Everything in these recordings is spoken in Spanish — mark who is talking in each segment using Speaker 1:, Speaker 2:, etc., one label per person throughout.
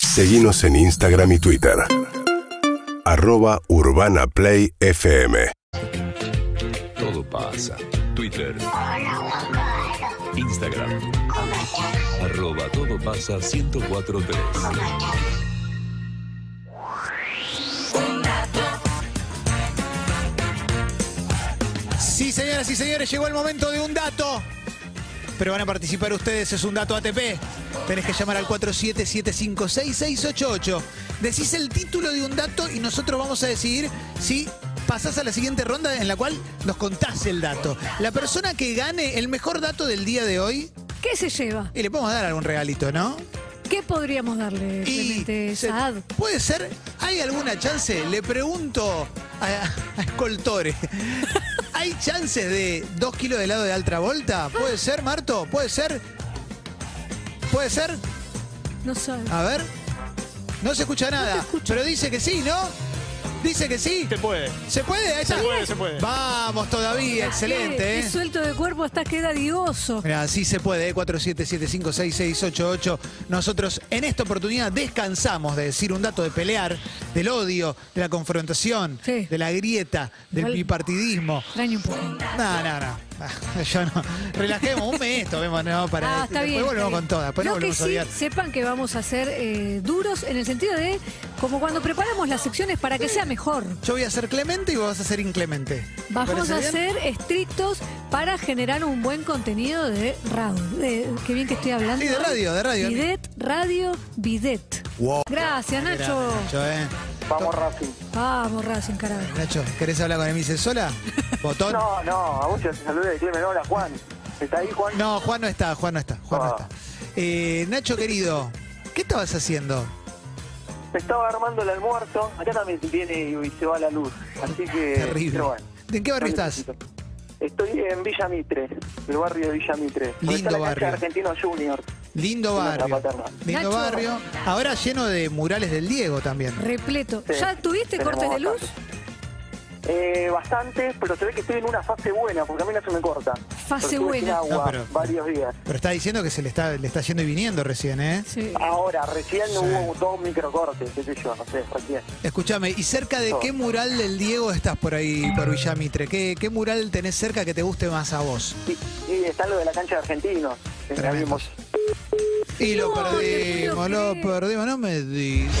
Speaker 1: Seguimos en Instagram y Twitter. Arroba Urbana Play FM.
Speaker 2: Todo pasa. Twitter. Instagram. Arroba todo pasa 1043.
Speaker 3: Sí, señoras y señores, llegó el momento de un dato. Pero van a participar ustedes, es un dato ATP. Tenés que llamar al 47756688. Decís el título de un dato y nosotros vamos a decidir si pasás a la siguiente ronda en la cual nos contás el dato. La persona que gane el mejor dato del día de hoy,
Speaker 4: ¿Qué se lleva?
Speaker 3: y le podemos dar algún regalito, ¿no?
Speaker 4: ¿Qué podríamos darle, Clemente
Speaker 3: se-
Speaker 4: Saad?
Speaker 3: puede ser, ¿hay alguna chance? Le pregunto a, a Escoltore. ¿Hay chances de dos kilos de helado de alta volta? ¿Puede ser, Marto? ¿Puede ser? ¿Puede ser?
Speaker 4: No sabe.
Speaker 3: A ver. No se escucha nada. Pero dice que sí, ¿no? Dice que sí.
Speaker 5: Se puede.
Speaker 3: ¿Se puede? Ahí está.
Speaker 5: Se puede, se puede.
Speaker 3: Vamos todavía, excelente,
Speaker 4: Qué-
Speaker 3: ¿eh?
Speaker 4: qué suelto de cuerpo hasta queda dioso.
Speaker 3: Mira, sí se puede, ¿eh? 47756688. Nosotros en esta oportunidad descansamos de decir un dato de pelear, del odio, de la confrontación,
Speaker 4: Sí.
Speaker 3: de la grieta, del
Speaker 4: Igual-
Speaker 3: bipartidismo.
Speaker 4: Extraño un poco.
Speaker 3: No, no, no. Ah, Yo no. Relajemos un mes, tomemos, no, para. este,
Speaker 4: Ah, está
Speaker 3: después
Speaker 4: bien.
Speaker 3: volvemos
Speaker 4: está
Speaker 3: con
Speaker 4: bien.
Speaker 3: todas, después
Speaker 4: Lo
Speaker 3: no
Speaker 4: que
Speaker 3: volvemos a
Speaker 4: sí,
Speaker 3: odiar.
Speaker 4: sepan que vamos a ser eh, duros en el sentido de como cuando preparamos las secciones para que sea mejor.
Speaker 3: Yo voy a ser clemente y vos vas a ser inclemente. ¿Te
Speaker 4: Vamos
Speaker 3: parece
Speaker 4: a
Speaker 3: bien?
Speaker 4: ser estrictos para generar un buen contenido de radio. De- qué bien que estoy hablando.
Speaker 3: Sí, de radio, de radio.
Speaker 4: Bidet, radio, bidet.
Speaker 3: Wow.
Speaker 4: Gracias, Nacho.
Speaker 3: Nacho, eh.
Speaker 6: Vamos Racing.
Speaker 4: Vamos, Racing, carajo.
Speaker 3: Nacho, ¿querés hablar con Emice sola? ¿Botón?
Speaker 6: No, no, a vos te saluda y Clemen, hola Juan. ¿Está ahí Juan?
Speaker 3: No, Juan no está, Juan no está, Juan no
Speaker 6: Ah.
Speaker 3: está. Eh, Nacho querido, ¿qué estabas haciendo?
Speaker 6: Me estaba armando el almuerzo, acá también viene y se va la luz. Así que...
Speaker 3: Terrible.
Speaker 6: pero Eh, bueno,
Speaker 3: ¿En qué barrio
Speaker 6: no
Speaker 3: estás?
Speaker 6: necesito. Estoy en Villa Mitre, el barrio de Villa Mitre. Donde
Speaker 3: Lindo
Speaker 6: está la cancha
Speaker 3: barrio.
Speaker 6: de Argentino Junior.
Speaker 3: Lindo
Speaker 6: Una
Speaker 3: barrio.
Speaker 6: paterna.
Speaker 3: Lindo
Speaker 4: Nacho.
Speaker 3: barrio. Ahora lleno de murales del Diego también.
Speaker 4: Repleto.
Speaker 6: Sí,
Speaker 4: ¿Ya tuviste
Speaker 6: tenemos
Speaker 4: cortes de luz?
Speaker 6: bastante. Eh, bastantes, pero se ve que estoy en una fase buena, porque a mí no se me corta.
Speaker 4: Fase
Speaker 6: Pero estuve sin
Speaker 4: buena.
Speaker 6: agua
Speaker 3: No, pero-
Speaker 6: varios días.
Speaker 3: Pero está diciendo que se le está, le está yendo y viniendo recién, ¿eh?
Speaker 4: Sí.
Speaker 6: Ahora, recién
Speaker 3: Sí.
Speaker 6: hubo dos microcortes, qué sé yo, no sé, recién.
Speaker 3: Escúchame, ¿y cerca de
Speaker 6: No.
Speaker 3: qué mural del Diego estás por ahí, por Villamitre? ¿Qué, ¿Qué mural tenés cerca que te guste más a vos?
Speaker 6: Y, y está lo de la cancha de Argentino. que la
Speaker 3: Tremendo.
Speaker 6: vimos.
Speaker 3: Y lo
Speaker 4: No, te
Speaker 3: perdimos,
Speaker 4: puedo
Speaker 3: lo
Speaker 4: creer.
Speaker 3: perdimos, no me digas.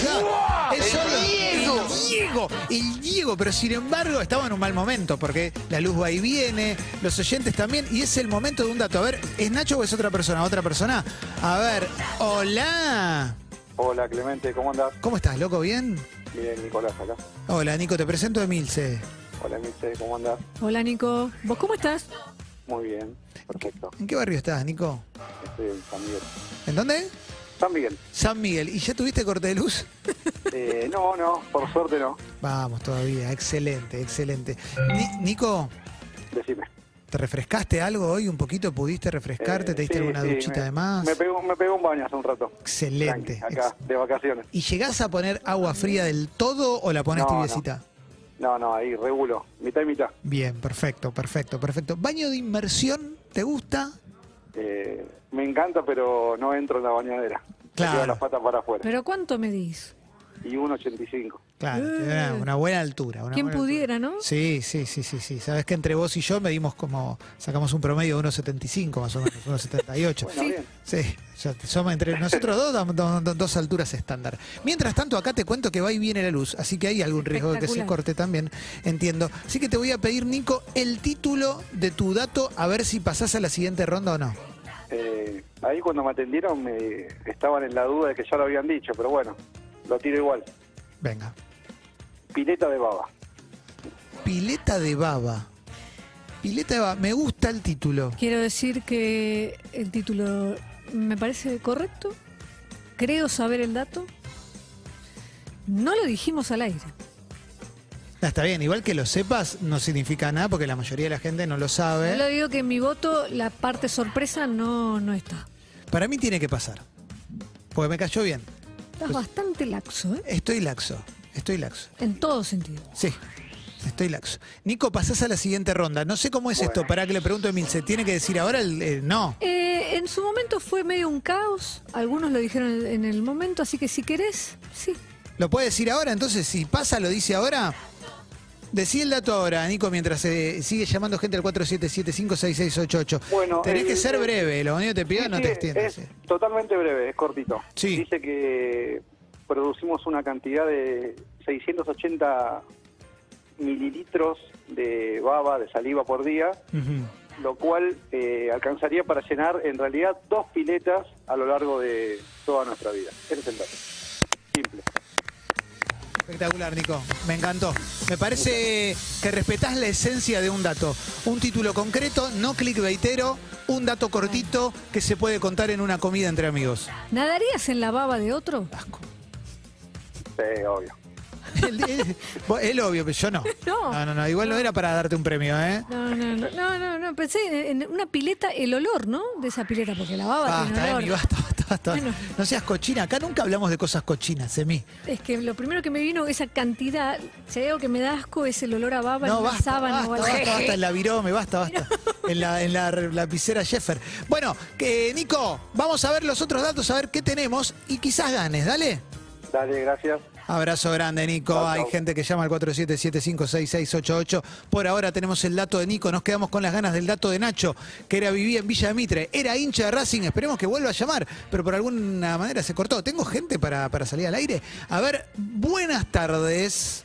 Speaker 3: Es solo el Diego, el Diego, pero sin embargo estaba en un mal momento porque la luz va y viene, los oyentes también, y es el momento de un dato. A ver, ¿es Nacho o es otra persona? ¿Otra persona? A ver, hola.
Speaker 7: Hola Clemente, ¿cómo andás?
Speaker 3: ¿Cómo estás, loco? ¿Bien?
Speaker 7: Bien, Nicolás acá.
Speaker 3: Hola, Nico, te presento a Emilce.
Speaker 7: Hola Mice, ¿cómo andás?
Speaker 4: Hola, Nico. ¿Vos cómo estás?
Speaker 7: Muy bien, perfecto.
Speaker 3: ¿En qué barrio estás, Nico?
Speaker 7: Estoy en San Miguel.
Speaker 3: ¿En dónde?
Speaker 7: San Miguel.
Speaker 3: San Miguel. ¿Y ya tuviste corte de luz?
Speaker 7: Eh, no, no, por suerte no.
Speaker 3: Vamos, todavía. Excelente, excelente. Ni- Nico,
Speaker 7: Decime.
Speaker 3: ¿Te refrescaste algo hoy un poquito? ¿Pudiste
Speaker 7: Eh,
Speaker 3: refrescarte? ¿Te diste
Speaker 7: sí,
Speaker 3: alguna
Speaker 7: sí,
Speaker 3: duchita
Speaker 7: me-
Speaker 3: de más?
Speaker 7: Me pegó, me pegó un baño hace un rato.
Speaker 3: Excelente.
Speaker 7: Tranqui, acá,
Speaker 3: Ex-
Speaker 7: de vacaciones.
Speaker 3: ¿Y llegás a poner agua fría del todo o la pones
Speaker 7: No,
Speaker 3: tibiecita?
Speaker 7: No, no, ahí, regulo. Mitad y mitad.
Speaker 3: Bien, perfecto, perfecto, perfecto. ¿Baño de inmersión te gusta?
Speaker 7: Eh, me encanta, pero no entro en la bañadera. Me
Speaker 3: Claro.
Speaker 7: quedo las patas para afuera.
Speaker 4: ¿Pero cuánto me dis?
Speaker 7: Y 1,85.
Speaker 3: Claro, te da una, una buena altura. una
Speaker 4: ¿Quién
Speaker 3: buena
Speaker 4: Ah. pudiera, no?
Speaker 3: altura. Sí, sí, sí, sí, sí. Sabes que entre vos y yo medimos como, sacamos un promedio de 1,75 más o menos, 1,78.
Speaker 7: Bueno,
Speaker 4: Sí.
Speaker 7: bien.
Speaker 3: Sí, ya te soma entre nosotros dos, dam- do- do- dos alturas estándar. Mientras tanto, acá te cuento que va y viene la luz, así que hay algún riesgo de que se
Speaker 4: Espectacular.
Speaker 3: corte también, entiendo. Así que te voy a pedir, Nico, el título de tu dato, a ver si pasás a la siguiente ronda o no.
Speaker 7: Eh, ahí cuando me atendieron me estaban en la duda de que ya lo habían dicho, pero bueno, lo tiro igual.
Speaker 3: Venga.
Speaker 7: Pileta de baba.
Speaker 3: Pileta de baba. Pileta de baba, me gusta el título.
Speaker 4: Quiero decir que el título me parece correcto. Creo saber el dato. No lo dijimos al aire.
Speaker 3: Ah, está bien, igual que lo sepas, no significa nada porque la mayoría de la gente no lo
Speaker 4: Yo lo
Speaker 3: sabe.
Speaker 4: digo que en mi voto la parte sorpresa no, no está.
Speaker 3: Para mí tiene que pasar, porque me cayó bien.
Speaker 4: Estás bastante laxo, ¿eh?
Speaker 3: Estoy laxo, estoy laxo.
Speaker 4: En todo sentido.
Speaker 3: Sí, estoy laxo. Nico, pasás a la siguiente ronda. No sé cómo es esto, pará que le pregunto a Emilce. ¿Tiene que decir ahora el...? eh, no.
Speaker 4: Eh, eh, en su momento fue medio un caos, algunos lo dijeron en- en el momento, así que si querés, sí.
Speaker 3: ¿Lo puede decir ahora? Entonces, si pasa, lo dice ahora. Decí el dato ahora, Nico, mientras eh, sigue llamando gente al 47756688.
Speaker 7: Bueno,
Speaker 3: Tenés
Speaker 7: el-
Speaker 3: que ser
Speaker 7: el-
Speaker 3: breve, lo único que te pido
Speaker 7: Sí,
Speaker 3: no
Speaker 7: sí,
Speaker 3: te extiendas. eh.
Speaker 7: Es
Speaker 3: sí.
Speaker 7: totalmente breve, es cortito.
Speaker 3: Sí.
Speaker 7: Dice que producimos una cantidad de 680 mililitros de baba, de saliva por día,
Speaker 3: Ujú.
Speaker 7: lo cual eh, alcanzaría para llenar en realidad dos piletas a lo largo de toda nuestra vida. Ese es el dato. Simple.
Speaker 3: Espectacular, Nico. Me encantó. Me parece que respetás la esencia de un dato. Un título concreto, no clickbaitero, un dato cortito que se puede contar en una comida entre amigos.
Speaker 4: ¿Nadarías en la baba de otro?
Speaker 3: Asco.
Speaker 7: Sí, obvio.
Speaker 3: El, el- vos- el obvio, pero yo no.
Speaker 4: No.
Speaker 3: no, no, no. Igual no era para darte un premio, ¿eh?
Speaker 4: No, no, no, no, no, no, pensé en en una pileta, el olor, ¿no? De esa pileta, porque la baba tiene
Speaker 3: Basta,
Speaker 4: olor.
Speaker 3: Emi, basta, basta, basta.
Speaker 4: Bueno.
Speaker 3: No seas cochina. Acá nunca hablamos de cosas cochinas, Emi.
Speaker 4: Es que lo primero que me vino, esa cantidad, si hay algo que me da asco es el olor a baba en
Speaker 3: No,
Speaker 4: una
Speaker 3: basta,
Speaker 4: sábana
Speaker 3: basta,
Speaker 4: o algo
Speaker 3: basta, basta, en la virome, basta, basta. En la, en la re- lapicera Sheffer. Bueno, que, Nico, vamos a ver los otros datos, a ver qué tenemos y quizás ganes, dale.
Speaker 7: Dale, gracias.
Speaker 3: Abrazo grande, Nico.
Speaker 7: Chau,
Speaker 3: Hay
Speaker 7: chau.
Speaker 3: gente que llama al 47756688. Por ahora tenemos el dato de Nico. Nos quedamos con las ganas del dato de Nacho, que era vivía en Villa Mitre. Era hincha de Racing. Esperemos que vuelva a llamar, pero por alguna manera se cortó. Tengo gente para, para salir al aire. A ver, buenas tardes.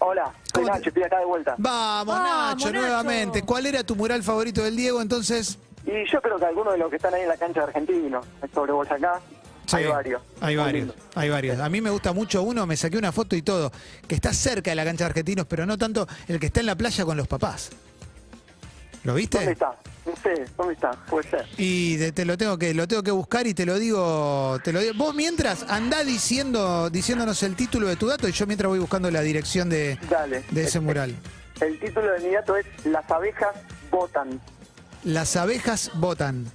Speaker 6: Hola, soy
Speaker 3: ¿Cómo te-
Speaker 6: Nacho, estoy acá de vuelta.
Speaker 3: Vamos,
Speaker 4: Vamos,
Speaker 3: Nacho,
Speaker 4: Nacho.
Speaker 3: nuevamente. ¿Cuál era tu mural favorito del Diego entonces?
Speaker 6: Y yo creo que algunos de los que están ahí en la cancha de Argentino, sobre Boyacá, hay varios.
Speaker 3: Hay
Speaker 6: Muy
Speaker 3: varios,
Speaker 6: lindo.
Speaker 3: hay varios. A mí me gusta mucho uno, me saqué una foto y todo, que está cerca de la cancha de argentinos, pero no tanto el que está en la playa con los papás. ¿Lo
Speaker 6: ¿Dónde
Speaker 3: viste?
Speaker 6: está? No sé, ¿dónde está? Puede ser.
Speaker 3: Y de- te lo tengo que, lo tengo que buscar y te lo digo, te lo digo. Vos mientras andá diciendo, diciéndonos el título de tu dato y yo mientras voy buscando la dirección de,
Speaker 6: Dale.
Speaker 3: de ese mural.
Speaker 6: El título de mi dato es Las abejas votan.
Speaker 3: Las abejas votan.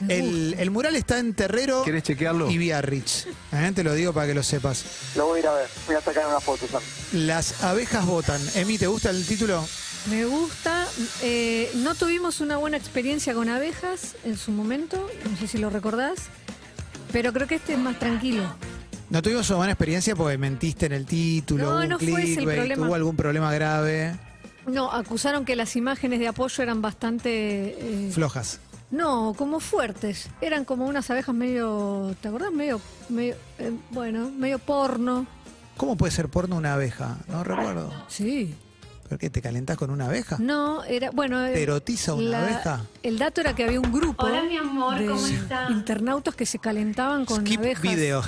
Speaker 4: Me
Speaker 3: El, el mural está en Terrero
Speaker 5: ¿Querés chequearlo?
Speaker 3: y Biarritz. Eh, Te lo digo para que lo sepas.
Speaker 6: Lo voy a ir a ver, voy a sacar una foto. Sam.
Speaker 3: Las abejas votan. Emi, ¿te gusta el título?
Speaker 4: Me gusta. eh, no tuvimos una buena experiencia con abejas en su momento, no sé si lo recordás, pero creo que este es más tranquilo.
Speaker 3: No tuvimos una buena experiencia porque mentiste en el título,
Speaker 4: No,
Speaker 3: hubo un
Speaker 4: no fue ese el
Speaker 3: clickbait,
Speaker 4: problema.
Speaker 3: hubo algún problema grave.
Speaker 4: No, acusaron que las imágenes de apoyo eran bastante... eh,
Speaker 3: Flojas.
Speaker 4: no, como fuertes. Eran como unas abejas medio... ¿Te acordás? Medio... medio eh, bueno, medio porno.
Speaker 3: ¿Cómo puede ser porno una abeja? No recuerdo.
Speaker 4: Sí.
Speaker 3: ¿Por qué te calentás con una abeja?
Speaker 4: No, era... Bueno... eh,
Speaker 3: ¿Te erotiza una
Speaker 4: la-
Speaker 3: abeja?
Speaker 4: El dato era que había un grupo
Speaker 8: Hola, mi amor,
Speaker 4: de
Speaker 8: ¿cómo estás?
Speaker 4: internautas que se calentaban con
Speaker 3: Skip
Speaker 4: abejas.
Speaker 3: video.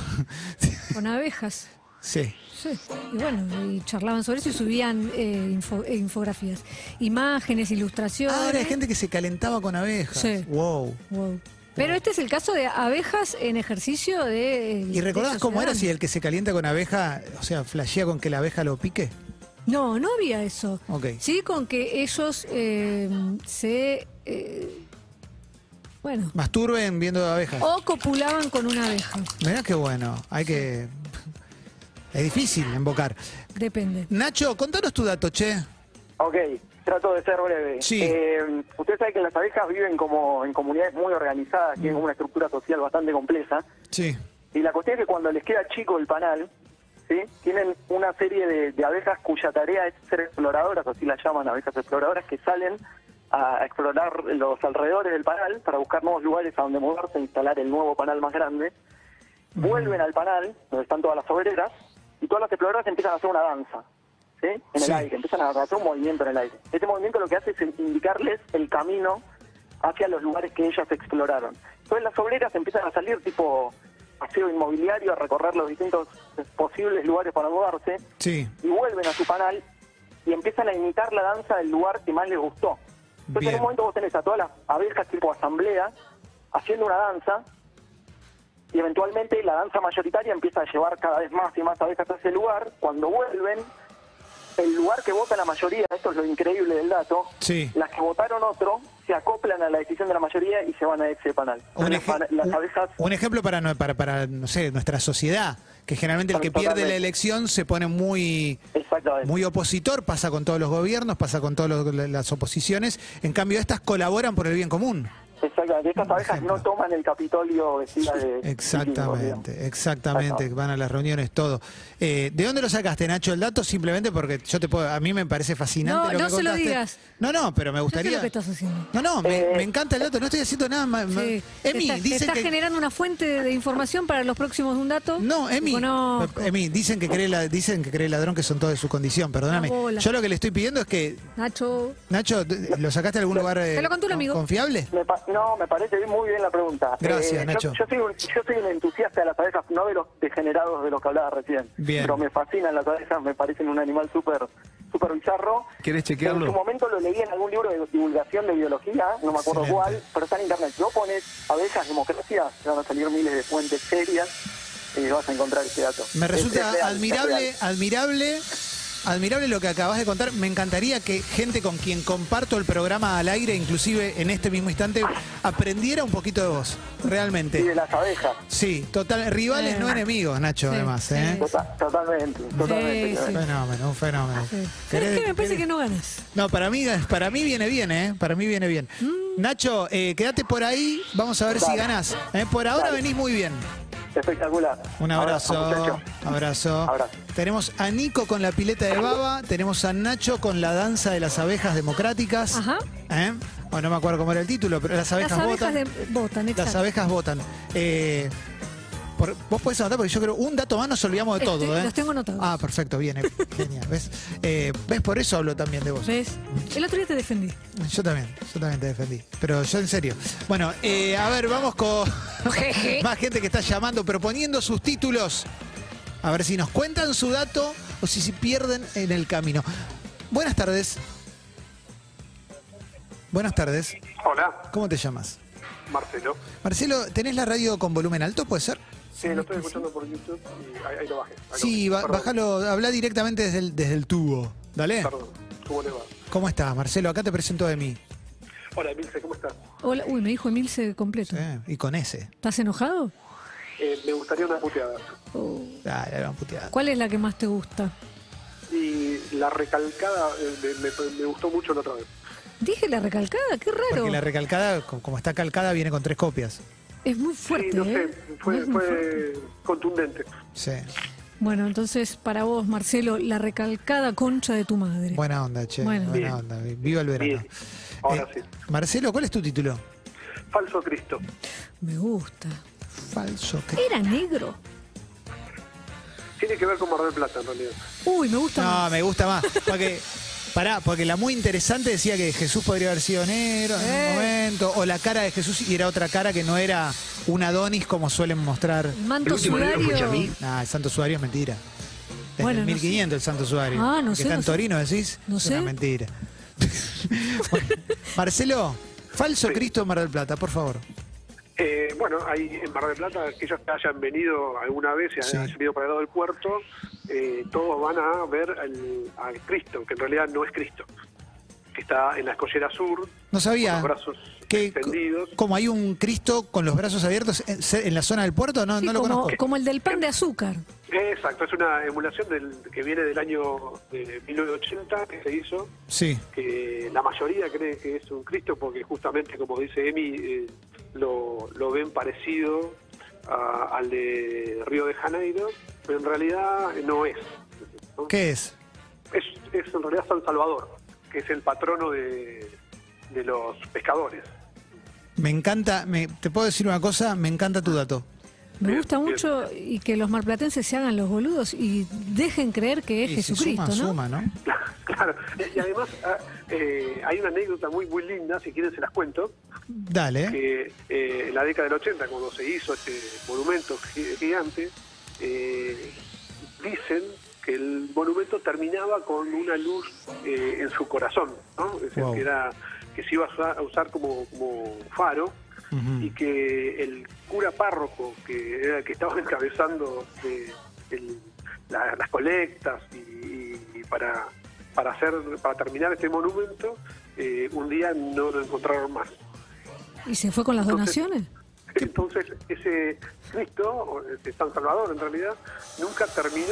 Speaker 4: Con abejas.
Speaker 3: sí.
Speaker 4: Sí, y bueno, y charlaban sobre eso y subían eh, info- eh, infografías, imágenes, ilustraciones.
Speaker 3: Ahora hay Ah, gente que se calentaba con abejas.
Speaker 4: Sí.
Speaker 3: Wow.
Speaker 4: Wow. Pero este es el caso de abejas en ejercicio de... eh,
Speaker 3: ¿Y recordás
Speaker 4: de
Speaker 3: cómo era
Speaker 4: sociedad.
Speaker 3: si el que se calienta con abeja, o sea, flashea con que la abeja lo pique?
Speaker 4: No, no había eso.
Speaker 3: Ok.
Speaker 4: Sí, con que ellos eh, se... eh, bueno,
Speaker 3: Masturben viendo abejas.
Speaker 4: o copulaban con una abeja,
Speaker 3: Mirá qué bueno. Hay que. Es difícil embocar.
Speaker 4: depende.
Speaker 3: Nacho, contanos tu dato, che.
Speaker 6: Ok, trato de ser breve.
Speaker 3: Sí.
Speaker 6: Eh, usted sabe que las abejas viven como en comunidades muy organizadas, tienen una estructura social bastante compleja.
Speaker 3: Sí.
Speaker 6: Y la cuestión es que cuando les queda chico el panal, ¿sí? tienen una serie de, de abejas cuya tarea es ser exploradoras, así las llaman abejas exploradoras, que salen a explorar los alrededores del panal para buscar nuevos lugares a donde mudarse, instalar el nuevo panal más grande. Vuelven al panal, donde están todas las obreras, y todas las exploradoras empiezan a hacer una danza. ¿sí? En el
Speaker 3: Sí.
Speaker 6: aire, empiezan a hacer un movimiento en el aire. Este movimiento lo que hace es indicarles el camino hacia los lugares que ellas exploraron. Entonces las obreras empiezan a salir tipo paseo inmobiliario, a recorrer los distintos posibles lugares para mudarse,
Speaker 3: Sí.
Speaker 6: y vuelven a su panal y empiezan a imitar la danza del lugar que más les gustó. Entonces
Speaker 3: Bien.
Speaker 6: en un momento vos tenés a todas las abejas tipo asamblea haciendo una danza y eventualmente la danza mayoritaria empieza a llevar cada vez más y más abejas a ese lugar. Cuando vuelven, el lugar que vota la mayoría, esto es lo increíble del dato,
Speaker 3: Sí.
Speaker 6: las que votaron otro se acoplan a la decisión de la mayoría y se van a ese panal.
Speaker 3: Un,
Speaker 6: Las
Speaker 3: eje-
Speaker 6: pana- las
Speaker 3: un-
Speaker 6: abejas
Speaker 3: un ejemplo para, no- para, para, no sé, nuestra sociedad, que generalmente el que pierde la
Speaker 6: Totalmente.
Speaker 3: elección se pone muy,
Speaker 6: Exactamente.
Speaker 3: muy opositor, pasa con todos los gobiernos, pasa con todas los- las oposiciones, en cambio estas colaboran por el bien común.
Speaker 6: Exactamente, estas abejas no toman el Capitolio vestidas de...
Speaker 3: Exactamente, exactamente,
Speaker 6: Ajá.
Speaker 3: van a las reuniones, todo. Eh, ¿De dónde lo sacaste, Nacho, el dato? Simplemente porque yo te puedo, a mí me parece fascinante.
Speaker 4: No,
Speaker 3: lo que
Speaker 4: no se lo
Speaker 3: contaste.
Speaker 4: digas.
Speaker 3: No, no, pero me
Speaker 4: Yo sé
Speaker 3: gustaría.
Speaker 4: lo que estás haciendo.
Speaker 3: No, no, me,
Speaker 6: Eh.
Speaker 3: me encanta el dato, no estoy haciendo nada más. más-
Speaker 4: Sí.
Speaker 3: Emi,
Speaker 4: Te estás- te
Speaker 3: dicen
Speaker 4: estás
Speaker 3: que.
Speaker 4: generando una fuente de, de información para los próximos de un dato.
Speaker 3: No, Emi,
Speaker 4: Bueno,
Speaker 3: Emi, dicen que cree la, dicen que cree ladrón que son todos de su condición, perdóname.
Speaker 4: Una bola.
Speaker 3: Yo lo que le estoy pidiendo es que,
Speaker 4: Nacho.
Speaker 3: Nacho, ¿lo sacaste de algún lugar eh,
Speaker 4: Te lo contó un
Speaker 3: con-
Speaker 4: amigo.
Speaker 3: confiable?
Speaker 6: Me pa- no, me parece bien, muy bien la pregunta. Eh,
Speaker 3: Gracias,
Speaker 6: yo-
Speaker 3: Nacho.
Speaker 6: Yo, soy un, yo soy un entusiasta de las abejas, no de los degenerados de los que hablaba recién.
Speaker 3: Bien.
Speaker 6: Pero me fascinan las abejas, me parecen un animal súper súper bizarro.
Speaker 5: ¿Querés
Speaker 6: En su
Speaker 5: chequearlo?
Speaker 6: momento lo leí en algún libro de divulgación de biología, no me acuerdo
Speaker 3: Excelente.
Speaker 6: cuál, pero está en internet. No pones abejas democracia, te van a salir miles de fuentes serias y vas a encontrar este dato.
Speaker 3: Me
Speaker 6: Es-
Speaker 3: resulta
Speaker 6: es real, es
Speaker 3: admirable,
Speaker 6: real.
Speaker 3: admirable, admirable lo que acabas de contar. Me encantaría que gente con quien comparto el programa al aire, inclusive en este mismo instante, aprendiera un poquito de vos,
Speaker 6: Y de
Speaker 3: realmente.
Speaker 6: las abejas.
Speaker 3: Sí, total, rivales
Speaker 4: Sí.
Speaker 3: no enemigos, Nacho,
Speaker 4: Sí,
Speaker 3: además,
Speaker 4: sí.
Speaker 3: ¿eh?
Speaker 6: Tota- totalmente, totalmente.
Speaker 4: sí.
Speaker 6: totalmente.
Speaker 3: Fenómeno, un fenómeno.
Speaker 4: ¿Sabes
Speaker 3: ¿Querés-
Speaker 4: qué? Me parece
Speaker 3: querés-
Speaker 4: que no ganas.
Speaker 3: No, para mí, para mí viene bien, ¿eh? Para mí viene bien.
Speaker 4: Mm.
Speaker 3: Nacho, eh, quédate por ahí, vamos a ver si
Speaker 6: Dale.
Speaker 3: ganás. ¿eh? Por ahora
Speaker 6: Dale.
Speaker 3: venís muy bien.
Speaker 6: Espectacular.
Speaker 3: Un abrazo, abrazo.
Speaker 6: muchachos. Abrazo.
Speaker 3: Tenemos a Nico con la pileta de baba, tenemos a Nacho con la danza de las abejas democráticas.
Speaker 4: Ajá.
Speaker 3: ¿Eh? O no me acuerdo cómo era el título, pero las abejas,
Speaker 4: Las abejas
Speaker 3: votan.
Speaker 4: de- votan,
Speaker 3: Las
Speaker 4: exacto.
Speaker 3: abejas votan. Eh, por- vos podés anotar porque yo creo un dato más nos olvidamos de
Speaker 4: Estoy-
Speaker 3: todo. ¿eh?
Speaker 4: los tengo anotados.
Speaker 3: Ah, perfecto, bien, eh, genial. ¿Ves? Eh, ¿Ves? Por eso hablo también de vos.
Speaker 4: ¿Ves? El otro día te defendí.
Speaker 3: Yo también, yo también te defendí. Pero yo en serio. Bueno, eh, a ver, vamos con más gente que está llamando, proponiendo sus títulos. A ver si nos cuentan su dato o si se pierden en el camino. Buenas tardes. Buenas tardes.
Speaker 8: Hola,
Speaker 3: ¿Cómo te llamas?
Speaker 8: Marcelo.
Speaker 3: Marcelo, ¿tenés la radio con volumen alto? ¿Puede ser?
Speaker 8: Sí, lo estoy escuchando por YouTube y ahí, ahí lo bajé. ahí lo
Speaker 3: Sí,
Speaker 8: bajé.
Speaker 3: ba-
Speaker 8: Perdón,
Speaker 3: bájalo, habla directamente desde el, desde el tubo. Dale.
Speaker 8: Perdón, ¿cómo le va?
Speaker 3: ¿Cómo estás, Marcelo? Acá te presento a mí.
Speaker 8: Hola, Emilce, ¿cómo estás?
Speaker 4: Hola. Uy, me dijo Emilce completo.
Speaker 3: Eh, Y con ese.
Speaker 4: ¿Estás enojado?
Speaker 8: Eh, me gustaría una puteada.
Speaker 4: ¿O
Speaker 3: Ah, la gran puteada.
Speaker 4: ¿Cuál es la que más te gusta?
Speaker 8: Y la recalcada eh, me, me- me gustó mucho la otra vez.
Speaker 4: Dije la recalcada, qué raro.
Speaker 3: Porque la recalcada, co- como está calcada, viene con tres copias.
Speaker 4: Es muy fuerte.
Speaker 8: sí, no sé,
Speaker 4: ¿eh?
Speaker 8: fue,
Speaker 4: Muy, muy fuerte.
Speaker 8: fue contundente.
Speaker 3: Sí.
Speaker 4: Bueno, entonces para vos, Marcelo, la recalcada concha de tu madre.
Speaker 3: Buena onda, che.
Speaker 4: Bueno.
Speaker 3: Buena
Speaker 8: Bien.
Speaker 3: onda. Viva el verano.
Speaker 8: Bien. Ahora
Speaker 3: Eh,
Speaker 8: sí.
Speaker 3: Marcelo, ¿cuál es tu título?
Speaker 8: Falso Cristo.
Speaker 4: Me gusta.
Speaker 3: Falso. cri-
Speaker 4: Era negro.
Speaker 8: Tiene que ver con Mar del Plata, en realidad.
Speaker 4: Uy, me gusta
Speaker 3: No,
Speaker 4: más.
Speaker 3: me gusta más. Porque, pará, porque la muy interesante decía que Jesús podría haber sido negro en
Speaker 4: Eh.
Speaker 3: un momento. O la cara de Jesús y era otra cara que no era un Adonis como suelen mostrar.
Speaker 4: El manto sudario.
Speaker 3: Ah, el Santo Sudario es mentira. Desde
Speaker 4: Bueno,
Speaker 3: el
Speaker 4: no
Speaker 3: 1500 el Santo Sudario.
Speaker 4: Ah, no
Speaker 3: El que
Speaker 4: sé,
Speaker 3: está
Speaker 4: no
Speaker 3: en
Speaker 4: sé.
Speaker 3: Torino, decís.
Speaker 4: No
Speaker 3: es una
Speaker 4: sé.
Speaker 3: mentira. Bueno, Marcelo, falso Cristo en Mar del Plata, por favor.
Speaker 8: Eh, bueno, hay en Mar del Plata, aquellos que hayan venido alguna vez y
Speaker 3: Sí.
Speaker 8: hayan venido para el lado del puerto, eh, todos van a ver al, al Cristo, que en realidad no es Cristo, que está en la escollera sur,
Speaker 3: No sabía.
Speaker 8: con los brazos
Speaker 3: que
Speaker 8: extendidos.
Speaker 3: como hay un Cristo con los brazos abiertos en, se- en la zona del puerto, no,
Speaker 4: Sí,
Speaker 3: no lo
Speaker 4: como,
Speaker 3: conozco.
Speaker 4: como el del pan de azúcar.
Speaker 8: Exacto, es una emulación del, que viene del año eh, de 1980 que se hizo,
Speaker 3: Sí.
Speaker 8: que la mayoría cree que es un Cristo porque justamente, como dice Emi, eh, lo, lo ven parecido a- al de Río de Janeiro, pero en realidad no es. ¿no?
Speaker 3: ¿Qué es?
Speaker 8: Es, es en realidad San Salvador, que es el patrono de, de los pescadores.
Speaker 3: Me encanta, me- te puedo decir una cosa, me encanta tu dato.
Speaker 4: Me
Speaker 8: Bien,
Speaker 4: gusta
Speaker 8: bien.
Speaker 4: mucho y que los marplatenses se hagan los boludos y dejen creer que es
Speaker 3: Y si
Speaker 4: Jesucristo,
Speaker 3: suma,
Speaker 4: ¿no?
Speaker 3: suma, ¿no?
Speaker 8: claro, y además ah, eh, hay una anécdota muy, muy linda, si quieren se las cuento.
Speaker 3: Dale.
Speaker 8: que eh, en la década del 80, cuando se hizo este monumento gi- gigante, eh, dicen que el monumento terminaba con una luz eh, en su corazón, ¿no? Es decir,
Speaker 3: Wow.
Speaker 8: que, era, que se iba a usar, a usar como, como faro
Speaker 3: Ujú.
Speaker 8: y que el cura párroco, que era el que estaba encabezando eh, el- la- las colectas y, y para, para, hacer, para terminar este monumento, eh, un día no lo encontraron más.
Speaker 4: Y se fue con las
Speaker 8: Entonces-
Speaker 4: donaciones.
Speaker 8: Entonces, ese Cristo, o ese San Salvador en realidad, nunca terminó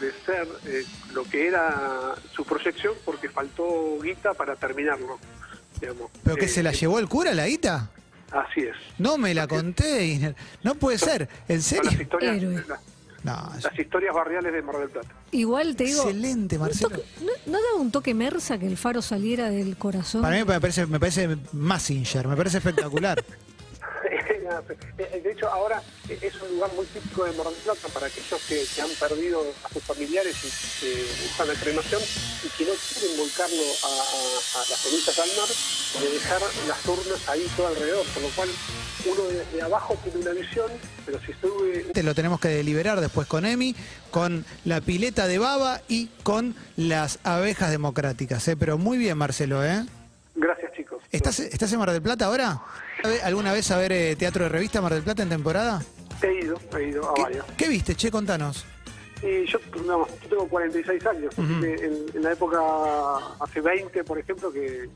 Speaker 8: de ser eh, lo que era su proyección porque faltó guita para terminarlo. Digamos.
Speaker 3: ¿Pero qué
Speaker 8: Eh,
Speaker 3: se la llevó el cura, la guita?
Speaker 8: Así es.
Speaker 3: No me la conté, Iner. No puede ser. ¿En
Speaker 8: Son las
Speaker 3: serio?
Speaker 4: Héroe.
Speaker 8: historias, la-
Speaker 3: No, es
Speaker 8: las historias barriales de Mar del Plata.
Speaker 4: Igual te digo.
Speaker 3: excelente,
Speaker 4: un
Speaker 3: Marcelo.
Speaker 4: toque- ¿no, no daba un toque mersa que el faro saliera del corazón?
Speaker 3: Para mí me parece, me parece Massinger, me parece espectacular.
Speaker 8: Eh, De hecho, ahora eh, es un lugar muy típico de Mar del Plata para aquellos que, que han perdido a sus familiares y que buscan la cremación y que no quieren volcarlo a, a- a las cenizas al mar, de dejar las urnas ahí todo alrededor, por lo cual uno desde abajo tiene una visión, pero si estuve
Speaker 3: Te lo tenemos que deliberar después con Emi, con la pileta de baba y con las abejas democráticas. ¿eh? Pero muy bien, Marcelo. ¿eh?
Speaker 8: Gracias, chicos.
Speaker 3: ¿Estás, ¿Estás en Mar del Plata ahora? ¿Alguna vez a ver eh, teatro de revista Mar del Plata en temporada?
Speaker 8: He ido, he ido a
Speaker 3: ¿Qué,
Speaker 8: varias.
Speaker 3: qué viste, Che? Contanos.
Speaker 8: Y Eh, yo, no, yo tengo 46 años, así que en, en la época, hace 20, por ejemplo, que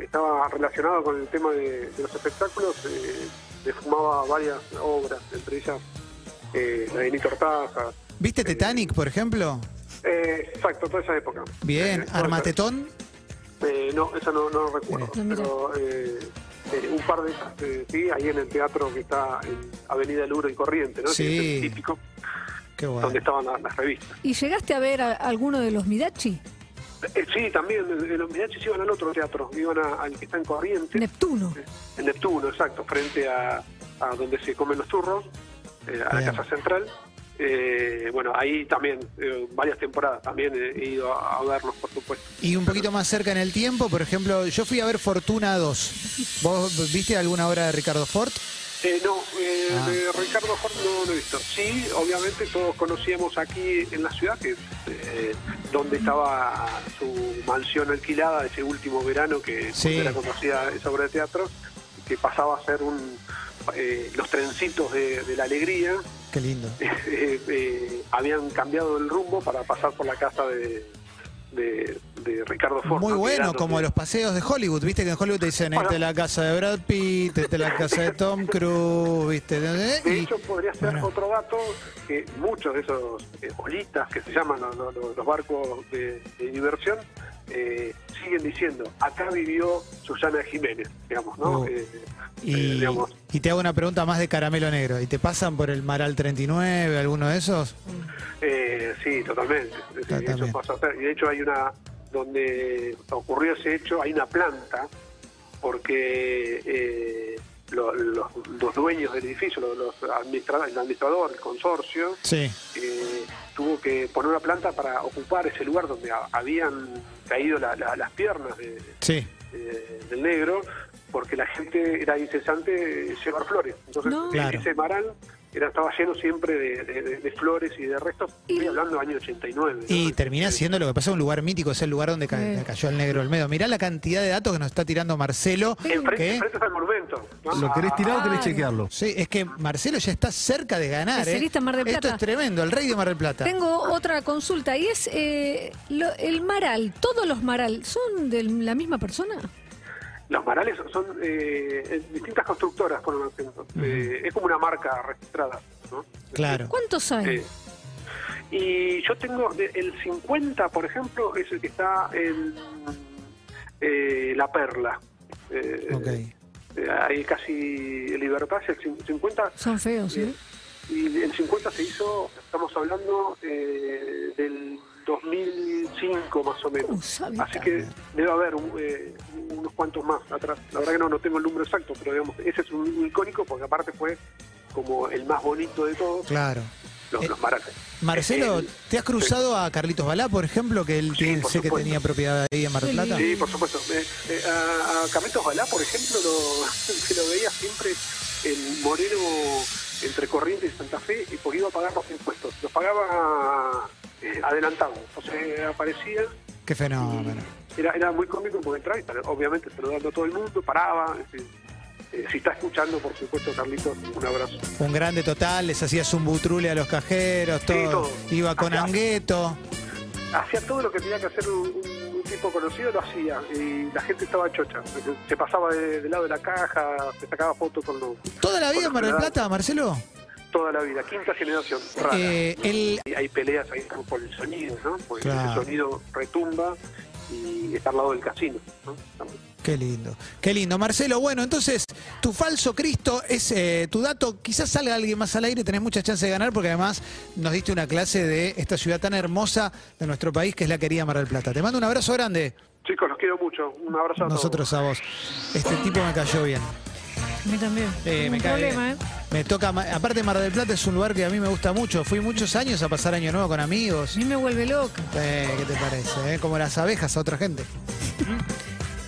Speaker 8: estaba relacionado con el tema de, de los espectáculos, eh, me fumaba varias obras, entre ellas eh, la de Nito Ortaza.
Speaker 3: ¿Viste Titanic, por ejemplo?
Speaker 8: Eh, exacto, toda esa época. Eh,
Speaker 3: Bien,
Speaker 8: toda esa-
Speaker 3: Armatetón.
Speaker 8: Eh, no, esa no, no recuerdo.
Speaker 4: No, mira.
Speaker 8: pero eh, eh, un par de esas, eh, sí, ahí en el teatro que está en Avenida Luro y Corriente, ¿no?
Speaker 3: Sí.
Speaker 8: Que es el típico,
Speaker 3: Qué
Speaker 8: donde
Speaker 3: bueno.
Speaker 8: estaban las, las revistas.
Speaker 4: ¿Y llegaste a ver a- alguno de los Midachi?
Speaker 8: Eh, sí, también, en- en los Miraches iban al otro teatro, iban a- al que está en Corriente,
Speaker 4: Neptuno.
Speaker 8: en Neptuno, exacto, frente a, a donde se comen los turros, eh, a la
Speaker 3: Bien.
Speaker 8: Casa Central. Eh, bueno, ahí también, eh, varias temporadas también he, he ido a, a verlos, por supuesto.
Speaker 3: Y un poquito más cerca en el tiempo, por ejemplo, yo fui a ver Fortuna 2. ¿Vos viste alguna obra de Ricardo Ford?
Speaker 8: Eh, no, eh,
Speaker 3: Ah.
Speaker 8: de Ricardo Ford no lo he visto. Sí, obviamente todos conocíamos aquí en la ciudad, que es eh, donde estaba su mansión alquilada ese último verano que
Speaker 3: Sí.
Speaker 8: era conocida esa obra de teatro, que pasaba a ser un eh, los trencitos de, de la alegría.
Speaker 3: Qué lindo.
Speaker 8: eh, eh, habían cambiado el rumbo para pasar por la casa de, de- de Ricardo Ford.
Speaker 3: Muy
Speaker 8: ¿no? Que era
Speaker 3: bueno,
Speaker 8: donde-
Speaker 3: como los paseos de Hollywood. Viste que en Hollywood te dicen, esta
Speaker 8: Bueno.
Speaker 3: es la casa de Brad Pitt, esta es la casa de Tom Cruise, viste. ¿eh?
Speaker 8: De
Speaker 3: Y-
Speaker 8: hecho, podría ser
Speaker 3: bueno.
Speaker 8: otro dato que muchos de esos eh, bolitas que se llaman los, los- los barcos de, de diversión eh, siguen diciendo, acá vivió Susana Jiménez, digamos, ¿no?
Speaker 3: Uh.
Speaker 8: Eh,
Speaker 3: Y,
Speaker 8: eh, digamos,
Speaker 3: y te hago una pregunta más de caramelo negro. ¿Y te pasan por el Maral 39, alguno de esos?
Speaker 8: eh, sí, totalmente. Es decir,
Speaker 3: Totalmente.
Speaker 8: eso pasó a ser. Y de hecho hay una, donde ocurrió ese hecho, hay una planta, porque eh, lo- los, los dueños del edificio, los, los administradores, el administrador, el consorcio,
Speaker 3: Sí.
Speaker 8: eh, tuvo que poner una planta para ocupar ese lugar donde a- habían caído la- la- las piernas de-
Speaker 3: Sí.
Speaker 8: de- del negro, porque la gente era incesante llevar flores. Entonces,
Speaker 4: No.
Speaker 3: Claro.
Speaker 8: ese maral era, estaba lleno siempre de, de- de- de flores y de restos. Estoy hablando del año 89. ¿no?
Speaker 3: Y termina siendo lo que pasa un lugar mítico, es el lugar donde ca-
Speaker 4: Eh.
Speaker 3: cayó el negro Olmedo. Mirá la cantidad de datos que nos está tirando Marcelo.
Speaker 8: Enfrente,
Speaker 3: que-
Speaker 8: enfrente está el monumento. ¿no? Ah,
Speaker 5: ¿Lo querés tirar o querés
Speaker 4: Claro.
Speaker 5: chequearlo?
Speaker 3: Sí, es que Marcelo ya está cerca de ganar. ¿eh?
Speaker 4: Especialista en Mar del
Speaker 3: Esto
Speaker 4: Plata.
Speaker 3: es tremendo, el rey de Mar del Plata.
Speaker 4: Tengo otra consulta y es eh, lo- el Maral. ¿Todos los Maral son de la misma persona?
Speaker 8: Los marales son eh, distintas constructoras, por lo menos. Eh, es como una marca registrada. ¿no?
Speaker 3: Claro.
Speaker 4: ¿Cuántos hay?
Speaker 8: Eh, y yo tengo de- el 50, por ejemplo, es el que está en eh, La Perla. Eh,
Speaker 3: Ok.
Speaker 8: eh, ahí casi en Libertad, es el cin- 50.
Speaker 4: Son feos, ¿sí?
Speaker 8: eh, y el 50 se hizo, estamos hablando eh, del 2005 más o
Speaker 4: Uh,
Speaker 8: menos.
Speaker 4: sabe
Speaker 8: Así que debe haber un- eh, unos cuantos más atrás. La verdad que no, no tengo el número exacto, pero digamos, ese es un, un icónico porque aparte fue como el más bonito de todos,
Speaker 3: Claro.
Speaker 8: los,
Speaker 3: Eh,
Speaker 8: los maracas.
Speaker 3: Marcelo,
Speaker 8: Eh,
Speaker 3: ¿te has cruzado a Carlitos Balá, por ejemplo, que él
Speaker 8: Sí,
Speaker 3: tiene-
Speaker 8: por
Speaker 3: sé que
Speaker 8: supuesto.
Speaker 3: tenía propiedad ahí en Mar del
Speaker 4: Qué
Speaker 3: Plata?
Speaker 8: Sí, por supuesto. Eh, eh, a, a Carlitos Balá, por ejemplo, lo, se lo veía siempre en Moreno, entre Corrientes y Santa Fe, y porque iba a pagar los impuestos. Los pagaba eh, adelantado. Entonces aparecía.
Speaker 3: Qué
Speaker 8: y
Speaker 3: fenómeno.
Speaker 8: Era, era muy cómico porque entraba y tal, obviamente saludando a todo el mundo, paraba. es decir, eh, si está escuchando, por supuesto, Carlitos, un abrazo.
Speaker 3: Un grande total, les hacía zumbutrule a los cajeros,
Speaker 8: Sí,
Speaker 3: todo.
Speaker 8: todo.
Speaker 3: Iba con
Speaker 8: Acá.
Speaker 3: Angueto.
Speaker 8: Hacía todo lo que tenía que hacer un, un- un tipo conocido, lo hacía, y la gente estaba chocha. Se pasaba de- del lado de la caja, se sacaba fotos con los
Speaker 3: ¿Toda la vida en
Speaker 8: Por
Speaker 3: Mar
Speaker 8: lo
Speaker 3: del
Speaker 8: general.
Speaker 3: Plata, Marcelo?
Speaker 8: toda la vida, quinta generación, rara.
Speaker 3: Eh, el,
Speaker 8: Y hay peleas ahí por el sonido, ¿no? Porque
Speaker 3: Claro.
Speaker 8: el sonido retumba y está al lado del casino. ¿no? También.
Speaker 3: Qué lindo, qué lindo. Marcelo, bueno, entonces tu falso Cristo es eh, tu dato. Quizás salga alguien más al aire, tenés muchas chances de ganar porque además nos diste una clase de esta ciudad tan hermosa de nuestro país que es la querida Mar del Plata. Te mando un abrazo grande.
Speaker 8: Chicos, los quiero mucho. Un abrazo a todos.
Speaker 3: Nosotros a vos. Este tipo me cayó bien.
Speaker 4: A mí también.
Speaker 3: Eh, me
Speaker 4: Ningún
Speaker 3: cae
Speaker 4: problema,
Speaker 3: bien.
Speaker 4: ¿eh?
Speaker 3: Me toca, ma- aparte Mar del Plata es un lugar que a mí me gusta mucho. Fui muchos años a pasar año nuevo con
Speaker 4: A
Speaker 3: amigos.
Speaker 4: mí me vuelve loca.
Speaker 3: Eh, ¿Qué te parece? eh? Como las abejas a otra gente.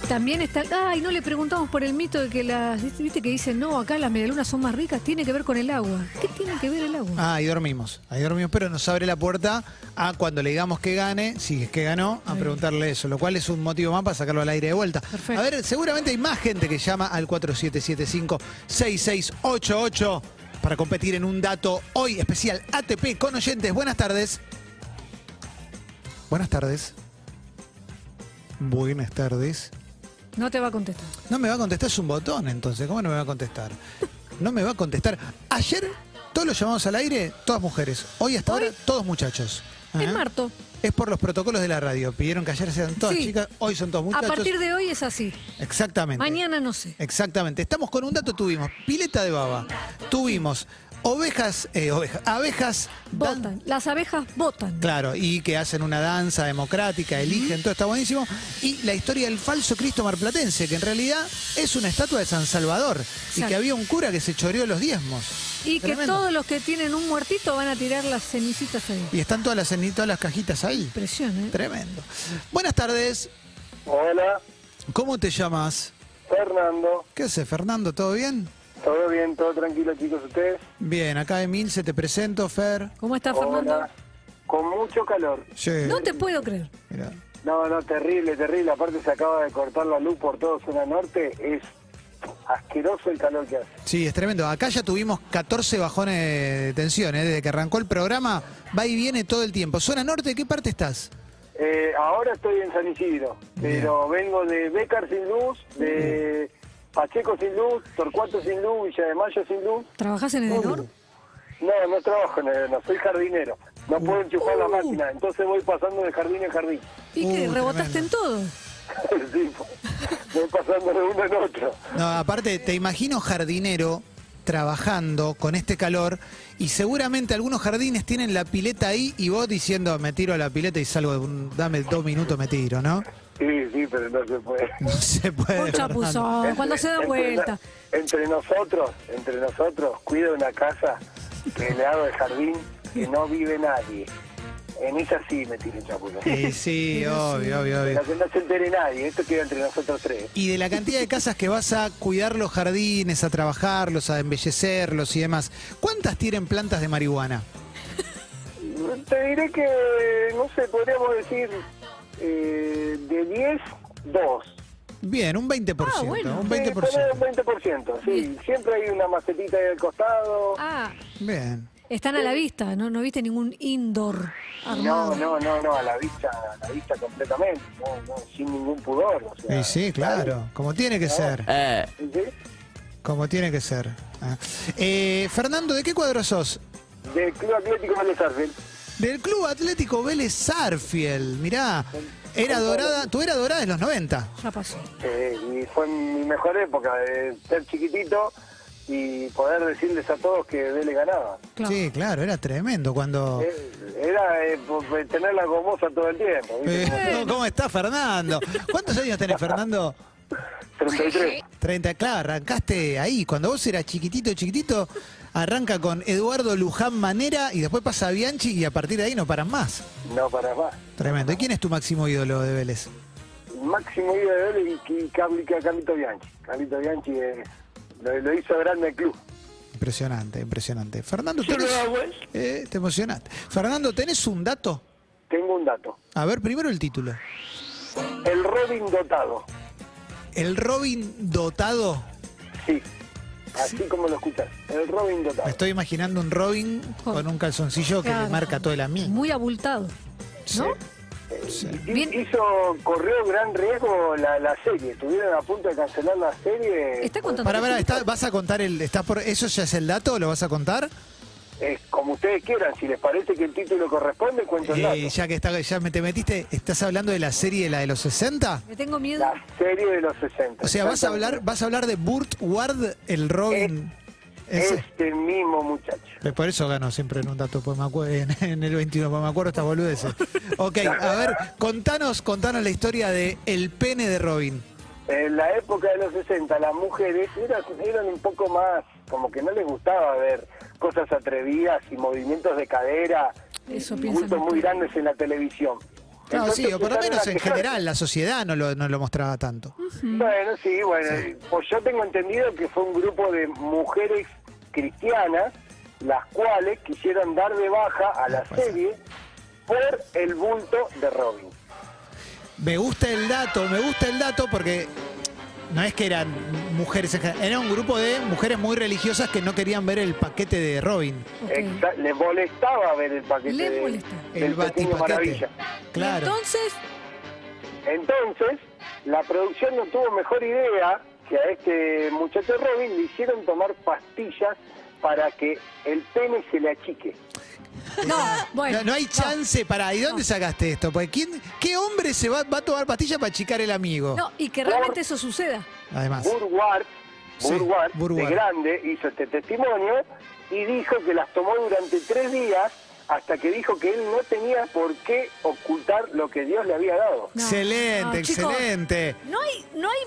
Speaker 4: También está. Ay, no le preguntamos por el mito de que las. ¿Viste que dicen, no, acá las medialunas son más ricas? Tiene que ver con el agua. ¿Qué tiene que ver el agua?
Speaker 3: Ah, ahí dormimos. Ahí dormimos, pero nos abre la puerta a cuando le digamos que gane, si es que ganó, a preguntarle eso, lo cual es un motivo más para sacarlo al aire de vuelta.
Speaker 4: Perfecto.
Speaker 3: A ver, seguramente hay más gente que llama al 4775-6688 para competir en un dato hoy especial ATP con oyentes. Buenas tardes. Buenas tardes. Buenas tardes.
Speaker 4: No te va a contestar.
Speaker 3: No me va a contestar, es un botón entonces. ¿Cómo no me va a contestar? No me va a contestar. Ayer todos los llamamos al aire, todas mujeres. Hoy hasta ahora, todos muchachos.
Speaker 4: Es
Speaker 3: Ajá.
Speaker 4: Marto.
Speaker 3: Es por los protocolos de la radio. Pidieron que ayer sean todas
Speaker 4: Sí.
Speaker 3: chicas, hoy son todos muchachos. Eh,
Speaker 4: A partir de hoy es así.
Speaker 3: Exactamente.
Speaker 4: Mañana no sé.
Speaker 3: Exactamente. Estamos con un dato, tuvimos pileta de baba, tuvimos ovejas, eh, ovejas, abejas, dan-
Speaker 4: Votan. Las abejas votan.
Speaker 3: Claro, y que hacen una danza democrática, eligen, todo está buenísimo. Y la historia del falso Cristo marplatense, que en realidad es una estatua de San Salvador. Y que había un cura que se choreó los diezmos.
Speaker 4: Y que
Speaker 3: Tremendo.
Speaker 4: todos los que tienen un muertito van a tirar las cenicitas ahí.
Speaker 3: Y están todas las, ceni- todas las cajitas ahí.
Speaker 4: Impresión, ¿eh?
Speaker 3: Tremendo. Buenas tardes.
Speaker 6: Hola,
Speaker 3: ¿Cómo te llamas?
Speaker 6: Fernando.
Speaker 3: ¿Qué haces, Fernando? ¿Todo bien?
Speaker 6: Todo bien, todo tranquilo, chicos, ustedes.
Speaker 3: Bien, acá Emil, se te presento, Fer.
Speaker 4: ¿Cómo está Fernando?
Speaker 6: Con mucho calor.
Speaker 3: Sí.
Speaker 4: No te puedo creer.
Speaker 3: Mirá.
Speaker 6: No, no, terrible, terrible. Aparte se acaba de cortar la luz por toda zona norte. Es asqueroso el calor que hace.
Speaker 3: Sí, es tremendo. Acá ya tuvimos 14 bajones de tensión, ¿eh? desde que arrancó el programa, va y viene todo el tiempo. Zona Norte, ¿qué parte estás?
Speaker 6: Eh, ahora estoy en San Isidro,
Speaker 3: Bien.
Speaker 6: pero vengo de Bécar sin luz, de Pacheco sin luz, Torcuato sin luz, Villa de Mayo sin luz.
Speaker 4: ¿Trabajás en el Edenor?
Speaker 6: No, no trabajo en el, no soy jardinero. No puedo enchufar la
Speaker 4: Uh.
Speaker 6: máquina, entonces voy pasando de jardín en jardín.
Speaker 4: ¿Y que
Speaker 3: Uh,
Speaker 4: ¿Rebotaste en
Speaker 3: tremendo.
Speaker 4: todo?
Speaker 6: Sí, pues. voy pasando de uno en otro.
Speaker 3: No, aparte, te imagino jardinero trabajando con este calor y seguramente algunos jardines tienen la pileta ahí y vos diciendo, me tiro a la pileta y salgo, de un- dame dos minutos, me tiro, ¿no?
Speaker 6: Sí, sí, pero no se puede.
Speaker 3: No se puede.
Speaker 4: Un
Speaker 3: Fernando.
Speaker 4: chapuzón. Cuando se da
Speaker 6: Entre-
Speaker 4: vuelta.
Speaker 6: Entre nosotros, entre nosotros, cuido una casa que le hago de jardín que no vive nadie. En esa sí me tiro un chapuzón.
Speaker 3: Sí, sí, obvio, obvio, obvio.
Speaker 6: Pero que no se entere nadie, esto queda entre nosotros tres.
Speaker 3: Y de la cantidad de casas que vas a cuidar los jardines, a trabajarlos, a embellecerlos y demás, ¿cuántas tienen plantas de marihuana?
Speaker 6: Te diré que, no sé, podríamos decir eh, de 10, 2.
Speaker 3: Bien, un 20%.
Speaker 4: Ah, bueno.
Speaker 3: un
Speaker 6: Sí, poner un
Speaker 3: 20%.
Speaker 6: 20%, sí. Siempre hay una macetita ahí al costado.
Speaker 4: Ah,
Speaker 3: Bien.
Speaker 4: están a la vista, ¿no? No viste ningún indoor armado.
Speaker 6: No, no, no, no, a la vista, a la vista completamente, no, no, sin ningún pudor. O sea,
Speaker 3: Y sí, claro. Como tiene que ser.
Speaker 6: Eh.
Speaker 4: Eh.
Speaker 6: ¿sí?
Speaker 3: Como tiene que ser. Ah. Eh, Fernando, ¿de qué cuadro sos?
Speaker 6: Del Club Atlético Vélez Arfield.
Speaker 3: Del Club Atlético Vélez Sarfiel. Mirá. Era dorada, tú eras dorada en los 90.
Speaker 4: Ya pasó.
Speaker 6: Sí, Eh, y fue mi mejor época de ser chiquitito y poder decirles a todos que Vélez ganaba.
Speaker 4: Claro.
Speaker 3: Sí, claro, era tremendo cuando...
Speaker 6: Eh, Era eh, por tener la gomosa todo el tiempo, ¿viste?
Speaker 3: Eh, ¿Cómo está Fernando? ¿Cuántos años tenés, Fernando?
Speaker 6: 33.
Speaker 3: 30, claro, arrancaste ahí. Cuando vos eras chiquitito, chiquitito, arranca con Eduardo Luján Manera y después pasa a Bianchi y a partir de ahí no paran más.
Speaker 6: No para más.
Speaker 3: Tremendo. ¿Y quién es tu máximo ídolo de Vélez?
Speaker 6: Máximo ídolo de Vélez y, y Cam- y Camito Bianchi. Camito Bianchi eh, lo, lo hizo grande el club.
Speaker 3: Impresionante, impresionante. Fernando, tenés- Eh, te emocionaste. Fernando, ¿tenés un dato?
Speaker 6: Tengo un dato.
Speaker 3: A ver, primero el título.
Speaker 6: El Robin dotado.
Speaker 3: El Robin dotado.
Speaker 6: Sí. Así como lo escuchas. El Robin dotado.
Speaker 3: Me estoy imaginando un Robin con un calzoncillo que le
Speaker 4: Oh. Claro.
Speaker 3: marca todo el amigo.
Speaker 4: Muy abultado. ¿No?
Speaker 6: Hi-
Speaker 4: Bien.
Speaker 6: Hizo, corrió gran riesgo la, la serie. Estuvieron a punto de cancelar la serie.
Speaker 4: Está contando.
Speaker 3: Para, para, ¿vas a contar el. Estás por, ¿Eso ya es el dato? ¿Lo vas a contar?
Speaker 6: es como ustedes quieran, si les parece que el título corresponde, cuento el dato.
Speaker 3: Eh, ya que está, ya me te metiste, ¿estás hablando de la serie, la de los 60?
Speaker 4: Le tengo miedo.
Speaker 6: La serie de los 60.
Speaker 3: O sea, vas a hablar,
Speaker 6: Exactamente.
Speaker 3: vas a hablar de Burt Ward, el Robin. Ese-
Speaker 6: Este mismo muchacho.
Speaker 3: Eh, Por eso gano siempre en un dato, pues me acuerdo, en, en el 21, pues me acuerdo estas boludeces. Ok, a ver, contanos, contanos la historia de El pene de Robin.
Speaker 6: En la época de los 60, las mujeres eran, eran un poco más, como que no les gustaba ver cosas atrevidas y movimientos de cadera,
Speaker 4: Eso
Speaker 6: y
Speaker 4: piensan
Speaker 6: bultos muy
Speaker 4: ustedes.
Speaker 6: grandes en la televisión.
Speaker 3: Claro, sí,
Speaker 6: Entonces,
Speaker 3: o por lo
Speaker 6: empezaron
Speaker 3: menos
Speaker 6: a
Speaker 3: en
Speaker 6: quejarse.
Speaker 3: general, la sociedad no lo, no lo mostraba tanto.
Speaker 6: Bueno, sí, bueno, pues yo tengo entendido que fue un grupo de mujeres cristianas las cuales quisieron dar de baja a la
Speaker 3: puede ser.
Speaker 6: serie por el bulto de Robin.
Speaker 3: Me gusta el dato, me gusta el dato porque no es que eran mujeres, en general, era un grupo de mujeres muy religiosas que no querían ver el paquete de Robin.
Speaker 4: Ok.
Speaker 6: Exa- le molestaba ver el paquete
Speaker 4: Le
Speaker 6: de-
Speaker 4: molesta.
Speaker 6: del
Speaker 3: El
Speaker 6: Pequeño
Speaker 3: batipaquete.
Speaker 6: Maravilla.
Speaker 3: Claro.
Speaker 4: Entonces,
Speaker 6: Entonces, la producción no tuvo mejor idea que a este muchacho Robin le hicieron tomar pastillas para que el pene se le achique.
Speaker 4: no, bueno.
Speaker 3: No, no hay chance para. ¿Y dónde sacaste esto? Porque ¿quién, ¿qué hombre se va, va a tomar pastillas para achicar el amigo?
Speaker 4: No, y que realmente eso suceda.
Speaker 3: Además.
Speaker 6: Burwart,
Speaker 3: Sí,
Speaker 6: Burwart,
Speaker 3: Burward.
Speaker 6: de grande, hizo este testimonio y dijo que las tomó durante tres días hasta que dijo que él no tenía por qué ocultar lo que Dios le había dado.
Speaker 4: No.
Speaker 3: Excelente,
Speaker 4: No, chicos,
Speaker 3: excelente.
Speaker 4: No hay, no hay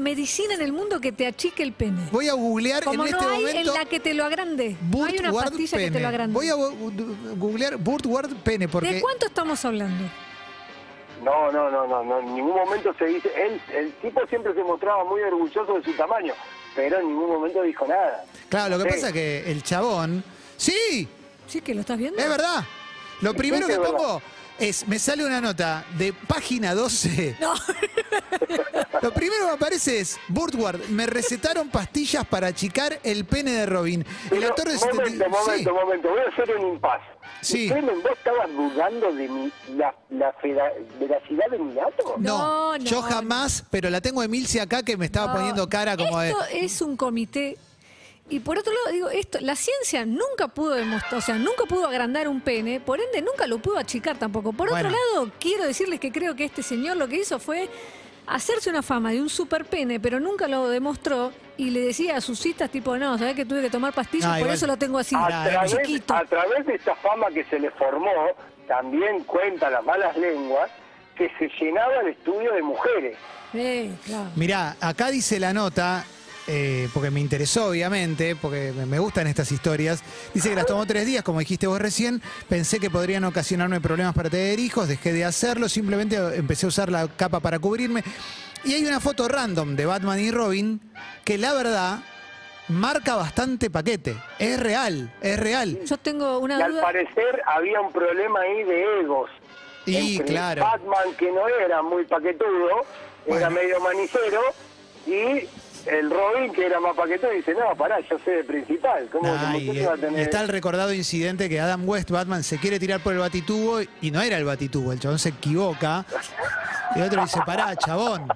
Speaker 4: medicina en el mundo que te achique el pene.
Speaker 3: Voy a googlear
Speaker 4: Como
Speaker 3: en
Speaker 4: no
Speaker 3: este
Speaker 4: hay
Speaker 3: momento.
Speaker 4: en la que te lo agrande. No hay una
Speaker 3: Burtward
Speaker 4: pastilla que te lo
Speaker 3: pene.
Speaker 4: agrande.
Speaker 3: Voy a bu- googlear Burt Ward pene
Speaker 4: ¿De
Speaker 3: porque
Speaker 4: cuánto estamos hablando?
Speaker 6: No, no, no, no, no, en ningún momento se dice, él, el tipo siempre se mostraba muy orgulloso de su tamaño, pero en ningún momento dijo nada.
Speaker 3: claro, lo que
Speaker 6: Sí.
Speaker 3: pasa es que el chabón, sí,
Speaker 4: Sí, que lo estás viendo.
Speaker 3: es verdad. Lo primero
Speaker 6: sí,
Speaker 3: que
Speaker 6: es verdad.
Speaker 3: pongo es me sale una nota de página 12.
Speaker 4: No,
Speaker 3: Lo primero que aparece es Burt Ward, me recetaron pastillas para achicar el pene de Robin. El
Speaker 6: Pero,
Speaker 3: autor de este-
Speaker 6: momento,
Speaker 3: sí.
Speaker 6: momento, momento, voy a hacer un impasse.
Speaker 3: Sí.
Speaker 6: Clemen, ¿Vos estabas dudando de mi, la, la feda- veracidad de mi dato?
Speaker 3: No,
Speaker 4: No, no,
Speaker 3: yo jamás, pero la tengo a Emilce acá que me estaba
Speaker 4: no.
Speaker 3: Ah, poniendo cara como de.
Speaker 4: Esto es un comité. Y por otro lado, digo, esto, la ciencia nunca pudo demostrar, o sea, nunca pudo agrandar un pene, por ende nunca lo pudo achicar tampoco. Por
Speaker 3: Bueno.
Speaker 4: otro lado, quiero decirles que creo que este señor lo que hizo fue hacerse una fama de un super pene, pero nunca lo demostró, y le decía a sus citas, tipo, no, sabés que tuve que tomar pastillas,
Speaker 3: No,
Speaker 4: por
Speaker 3: igual-
Speaker 4: eso lo tengo así,
Speaker 3: Ah,
Speaker 6: a,
Speaker 3: era
Speaker 6: través,
Speaker 4: chiquito.
Speaker 6: a través de esta fama que se le formó, también cuenta las malas lenguas, que se llenaba el estudio de mujeres.
Speaker 4: Eh, claro.
Speaker 3: Mirá, acá dice la nota, eh, porque me interesó obviamente, porque me- me gustan estas historias. Dice que las tomó tres días, como dijiste vos recién. Pensé que podrían ocasionarme problemas para tener hijos, dejé de hacerlo, simplemente empecé a usar la capa para cubrirme. Y hay una foto random de Batman y Robin que la verdad marca bastante paquete. Es real, es real.
Speaker 4: Yo tengo
Speaker 6: Y
Speaker 4: una
Speaker 6: al
Speaker 4: duda.
Speaker 6: parecer había un problema ahí de egos.
Speaker 3: Y,
Speaker 6: entre
Speaker 3: claro.
Speaker 6: Batman, que no era muy paquetudo,
Speaker 3: Bueno.
Speaker 6: era medio manicero, y el Robin, que era más paquetudo, dice, no, pará, yo soy de principal. ¿Cómo
Speaker 3: Nah,
Speaker 6: que
Speaker 3: eh, y,
Speaker 6: muchacho va a tener-
Speaker 3: y está el recordado incidente que Adam West, Batman, se quiere tirar por el batitubo y no era el batitubo, el chabón se equivoca. Y el otro le dice, pará, chabón.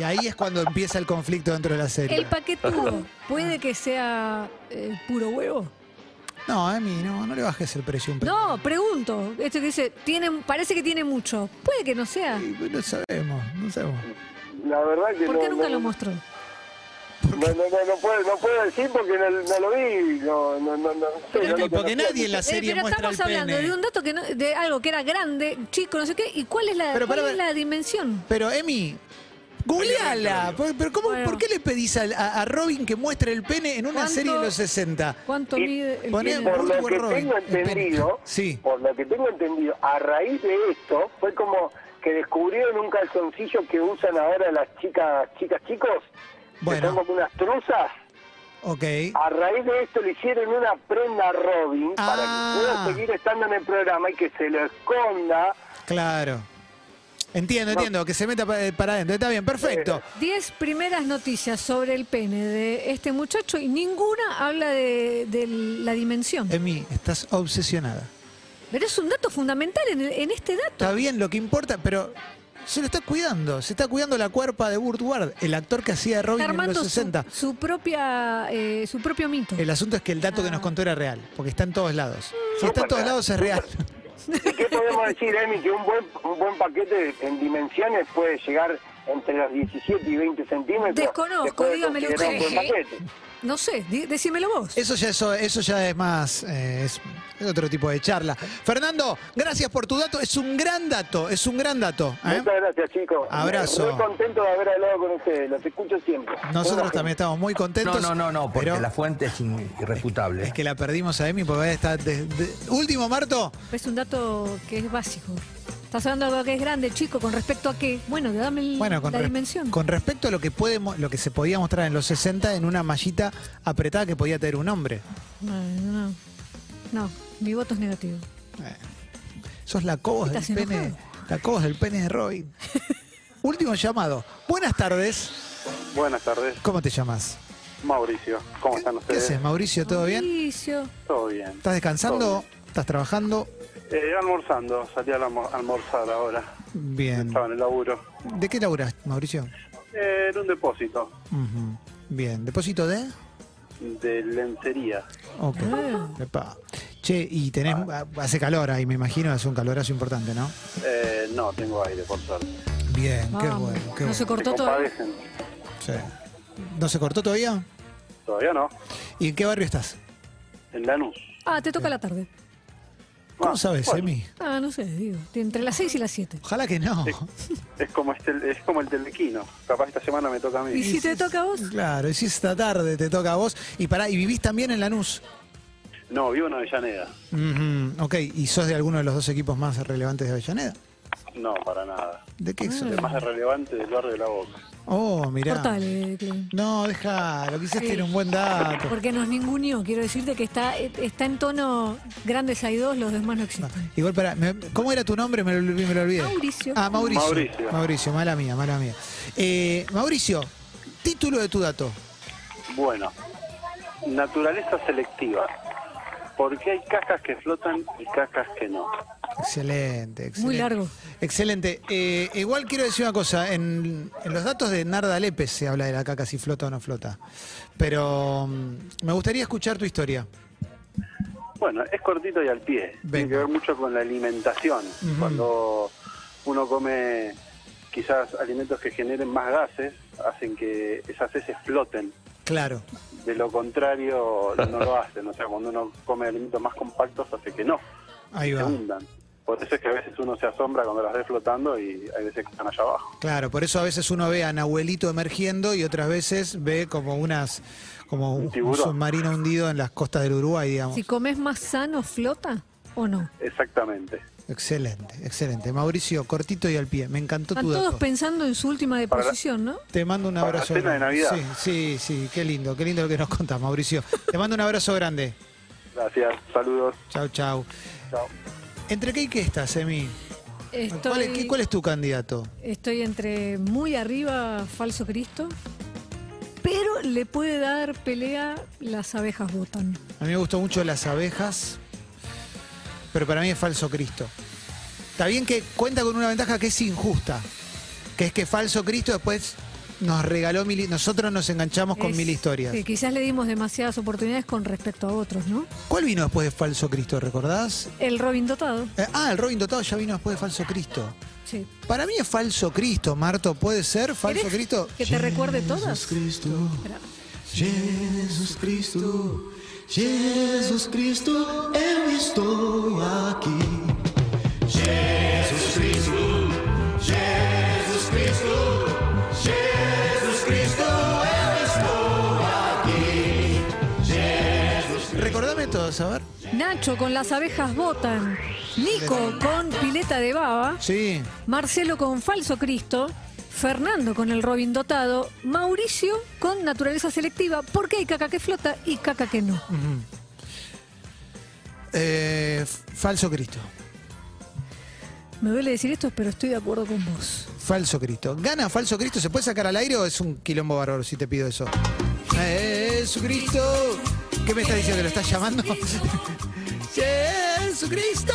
Speaker 3: Y ahí es cuando empieza el conflicto dentro de la serie.
Speaker 4: El paquetudo puede que sea eh, puro huevo.
Speaker 3: No, Emi, no, no le bajes el precio a un pendejo.
Speaker 4: No, pregunto. Esto que dice, tiene, parece que tiene mucho. Puede que no sea.
Speaker 3: Y, pues, No sabemos, no sabemos.
Speaker 6: La verdad que
Speaker 4: ¿Por
Speaker 6: no,
Speaker 4: qué nunca
Speaker 6: no-
Speaker 4: lo mostró?
Speaker 6: No, no, no, no puedo, no puedo decir porque no, no lo vi. No, no, no, no, sé, no lo
Speaker 3: Porque
Speaker 6: conocía.
Speaker 3: nadie en la
Speaker 4: Eh,
Speaker 3: serie
Speaker 4: pero
Speaker 3: muestra el
Speaker 4: estamos hablando de
Speaker 3: pene.
Speaker 4: un dato que no- de algo que era grande, chico, no sé qué. ¿Y cuál es la,
Speaker 3: Pero
Speaker 4: cuál
Speaker 3: pará,
Speaker 4: es
Speaker 3: pará.
Speaker 4: la dimensión?
Speaker 3: Pero Emi, googleala. ¿Por, pero cómo,
Speaker 4: Bueno.
Speaker 3: ¿por qué le pedís al- a, a Robin que muestre el pene en una
Speaker 4: ¿Cuánto-
Speaker 3: serie de los 60?
Speaker 4: ¿Cuánto
Speaker 6: Y-
Speaker 4: mide el
Speaker 3: poné-
Speaker 6: Y
Speaker 4: pene?
Speaker 6: por
Speaker 3: Burward
Speaker 6: lo que
Speaker 3: Robin,
Speaker 6: tengo
Speaker 3: el pene.
Speaker 6: entendido,
Speaker 3: Sí.
Speaker 6: por lo que tengo entendido, a raíz de esto fue como que descubrieron un calzoncillo que usan ahora las chicas, chicas chicos,
Speaker 3: Bueno.
Speaker 6: que son como unas truzas.
Speaker 3: Ok.
Speaker 6: A raíz de esto le hicieron una prenda a Robin
Speaker 3: Ah.
Speaker 6: para que pueda seguir estando en el programa y que se lo esconda.
Speaker 3: Claro. Entiendo, entiendo, que se meta pa- eh, para, adentro. Está bien, perfecto.
Speaker 4: Diez primeras noticias sobre el pene de este muchacho y ninguna habla de, de la dimensión.
Speaker 9: Eh.
Speaker 3: Emi, estás obsesionada.
Speaker 4: Pero es un dato fundamental en, el- en este dato.
Speaker 3: Está bien lo que importa, pero Se lo está cuidando, se está cuidando la cuerpa de Burt Ward, el actor que hacía de Robin
Speaker 4: Está
Speaker 3: en los
Speaker 4: armando su,
Speaker 3: 60.
Speaker 4: su propia, eh, su propio mito.
Speaker 3: El asunto es que el dato que nos contó era real, porque está en todos lados. Si está en todos lados es real.
Speaker 8: ¿Y qué podemos decir, Emi? Que un buen, un buen paquete en dimensiones puede llegar entre los 17 y 20 centímetros.
Speaker 4: Desconozco,
Speaker 8: Se puede
Speaker 4: dígamelo
Speaker 8: considerar un
Speaker 4: usted.
Speaker 8: buen paquete.
Speaker 3: ¿Eh?
Speaker 4: No sé, di- decímelo vos.
Speaker 3: Eso ya, eso, eso ya es más, eh, es, es otro tipo de charla. Fernando, gracias por tu dato, es un gran dato, es un gran dato. ¿eh?
Speaker 8: Muchas gracias, chicos.
Speaker 3: Abrazo.
Speaker 8: Muy contento de haber hablado con ustedes. Los escucho siempre.
Speaker 3: Nosotros
Speaker 8: Buena
Speaker 3: también estamos muy
Speaker 9: No,
Speaker 3: contentos.
Speaker 9: no, no, no, porque
Speaker 3: pero
Speaker 9: la fuente es in- irrefutable.
Speaker 3: es que la perdimos a Emi porque está... de- de- Último, Marto.
Speaker 4: Es un dato que es básico. Estás hablando de algo que es grande, chico, con respecto a qué. Bueno, dame el-
Speaker 3: Bueno, con,
Speaker 4: la
Speaker 3: re-
Speaker 4: dimensión.
Speaker 3: con respecto a lo que, puede mo- lo que se podía mostrar en los 60 en una mallita apretada que podía tener un hombre.
Speaker 4: No, no, no. No, mi voto es negativo.
Speaker 3: Sos la cobos del
Speaker 4: ¿Estás
Speaker 3: pene.
Speaker 4: enojado?
Speaker 3: La cobos del pene de Robin. Último llamado. Buenas tardes.
Speaker 6: Buenas tardes,
Speaker 3: ¿Cómo te llamas?
Speaker 6: Mauricio. ¿Cómo están
Speaker 3: ¿Qué
Speaker 6: ustedes?
Speaker 3: haces, Mauricio? ¿Todo bien?
Speaker 4: Mauricio.
Speaker 6: Todo bien.
Speaker 3: ¿Estás descansando? ¿Estás trabajando?
Speaker 6: Eh, almorzando, salí a la almo- almorzar ahora.
Speaker 3: Bien.
Speaker 6: Estaba en el laburo.
Speaker 3: ¿De qué laburas, Mauricio?
Speaker 6: Eh, en un depósito
Speaker 3: Ujú. Bien. ¿Depósito de?
Speaker 6: de lencería.
Speaker 3: Ok. Epa. Che, y tenés, hace calor ahí, me imagino, hace un calorazo importante, ¿no?
Speaker 6: Eh, no, tengo aire, por suerte.
Speaker 3: Bien, qué
Speaker 4: Vamos.
Speaker 3: bueno, qué
Speaker 4: No se
Speaker 3: bueno.
Speaker 4: cortó
Speaker 6: Se
Speaker 4: todo. eh?
Speaker 6: compadecen.
Speaker 3: Sí. ¿No se cortó todavía?
Speaker 6: Todavía no.
Speaker 3: ¿Y en qué barrio estás?
Speaker 6: En Lanús.
Speaker 4: Ah, te toca la tarde.
Speaker 3: ¿Cómo
Speaker 6: Ah,
Speaker 3: sabes,
Speaker 6: bueno,
Speaker 3: Emi?
Speaker 4: Ah, no sé, digo. Entre las 6 y las 7.
Speaker 3: Ojalá que no.
Speaker 6: Es como, este, es como el telequino. Capaz esta semana me toca a
Speaker 4: ¿Y
Speaker 6: mí.
Speaker 4: si te toca a vos?
Speaker 3: Claro, y si esta tarde te toca a vos. Y pará, y vivís también en Lanús.
Speaker 6: No, vivo en Avellaneda.
Speaker 3: Ujú, Ok, ¿y sos de alguno de los dos equipos más relevantes de Avellaneda?
Speaker 6: No, para nada.
Speaker 3: ¿De qué sos?
Speaker 6: El más relevante del barrio de la Boca.
Speaker 3: Oh, mirá.
Speaker 4: Cortale, Clemen.
Speaker 3: No, deja, lo quisiste
Speaker 4: Sí.
Speaker 3: era un buen dato.
Speaker 4: Porque nos ninguneó. Quiero decirte que está, está en tono grandes hay dos, los demás no existen.
Speaker 3: Igual para, ¿cómo era tu nombre? Me lo, me lo olvidé.
Speaker 4: Mauricio.
Speaker 3: Ah, Mauricio.
Speaker 6: Mauricio.
Speaker 3: Mauricio, mala mía, mala mía. Eh, Mauricio, título de tu dato.
Speaker 6: Bueno, naturaleza selectiva. Porque hay cajas que flotan y cajas que no.
Speaker 3: Excelente, excelente.
Speaker 4: Muy largo.
Speaker 3: Excelente. Eh, igual quiero decir una cosa, en, en los datos de Narda Lépez se habla de la caca si flota o no flota. Pero mm, me gustaría escuchar tu historia.
Speaker 6: Bueno, es cortito y al pie. Tiene
Speaker 3: Venga.
Speaker 6: que ver mucho con la alimentación.
Speaker 3: Ujú.
Speaker 6: Cuando uno come quizás alimentos que generen más gases, hacen que esas heces floten.
Speaker 3: Claro.
Speaker 6: De lo contrario, no lo hacen. O sea, cuando uno come alimentos más compactos, hace que no,
Speaker 3: Ahí
Speaker 6: se
Speaker 3: va.
Speaker 6: hundan. Por eso es que a veces uno se asombra cuando las ve flotando y hay veces que están allá abajo.
Speaker 3: Claro, por eso a veces uno ve a Nahuelito emergiendo y otras veces ve como unas como un, un
Speaker 6: tiburón.
Speaker 3: submarino hundido en las costas del Uruguay, digamos.
Speaker 4: Si comes más sano, flota o no.
Speaker 6: Exactamente.
Speaker 3: Excelente, excelente. Mauricio, cortito y al pie. Me encantó
Speaker 4: Están
Speaker 3: tu
Speaker 4: todos
Speaker 3: dato.
Speaker 4: pensando en su última deposición, ¿no?
Speaker 3: Te mando un
Speaker 6: Para la
Speaker 3: abrazo.
Speaker 6: cena de
Speaker 3: grande.
Speaker 6: Navidad.
Speaker 3: Sí, sí, sí, qué lindo, qué lindo lo que nos contás, Mauricio. Te mando un abrazo grande.
Speaker 6: Gracias. Saludos.
Speaker 3: Chau, chau.
Speaker 6: Chao.
Speaker 3: ¿Entre qué y qué estás, Emi?
Speaker 4: Estoy,
Speaker 3: ¿Cuál, es, qué- cuál es tu candidato?
Speaker 4: estoy entre muy arriba, falso Cristo, pero le puede dar pelea las abejas botan.
Speaker 3: A mí me gustó mucho las abejas, pero para mí es falso Cristo. Está bien que cuenta con una ventaja que es injusta, que es que falso Cristo después nos regaló mil, hi- nosotros nos enganchamos con
Speaker 4: Es-
Speaker 3: mil historias.
Speaker 4: sí, quizás le dimos demasiadas oportunidades con respecto a otros, ¿no?
Speaker 3: ¿Cuál vino después de falso Cristo, recordás?
Speaker 4: El Robin dotado,
Speaker 3: Eh, ah, el Robin Dotado ya vino después de falso Cristo.
Speaker 4: sí.
Speaker 3: Para mí es falso Cristo, Marto. ¿Puede ser falso
Speaker 4: ¿Querés
Speaker 3: Cristo?
Speaker 4: Que te recuerde todas. Espera.
Speaker 10: Jesus Cristo, Jesus Cristo, eu estou aqui. Jesus Cristo, Jesus Cristo, Jesus Cristo, eu estou aqui. Jesus Cristo.
Speaker 3: Recordame todos, a ver.
Speaker 4: Nacho con las abejas botan. Nico con pileta de baba.
Speaker 3: Sí.
Speaker 4: Marcelo con falso Cristo. Fernando con el Robin dotado. Mauricio con naturaleza selectiva. Porque hay caca que flota y caca que no.
Speaker 3: Mm. Eh, f- falso Cristo.
Speaker 4: Me duele decir esto, pero estoy de acuerdo con vos.
Speaker 3: Falso Cristo. ¿Gana falso Cristo? ¿Se puede sacar al aire o es un quilombo bárbaro si te pido eso? Jesucristo. ¿Qué me estás diciendo? ¿Lo estás llamando? Jesucristo,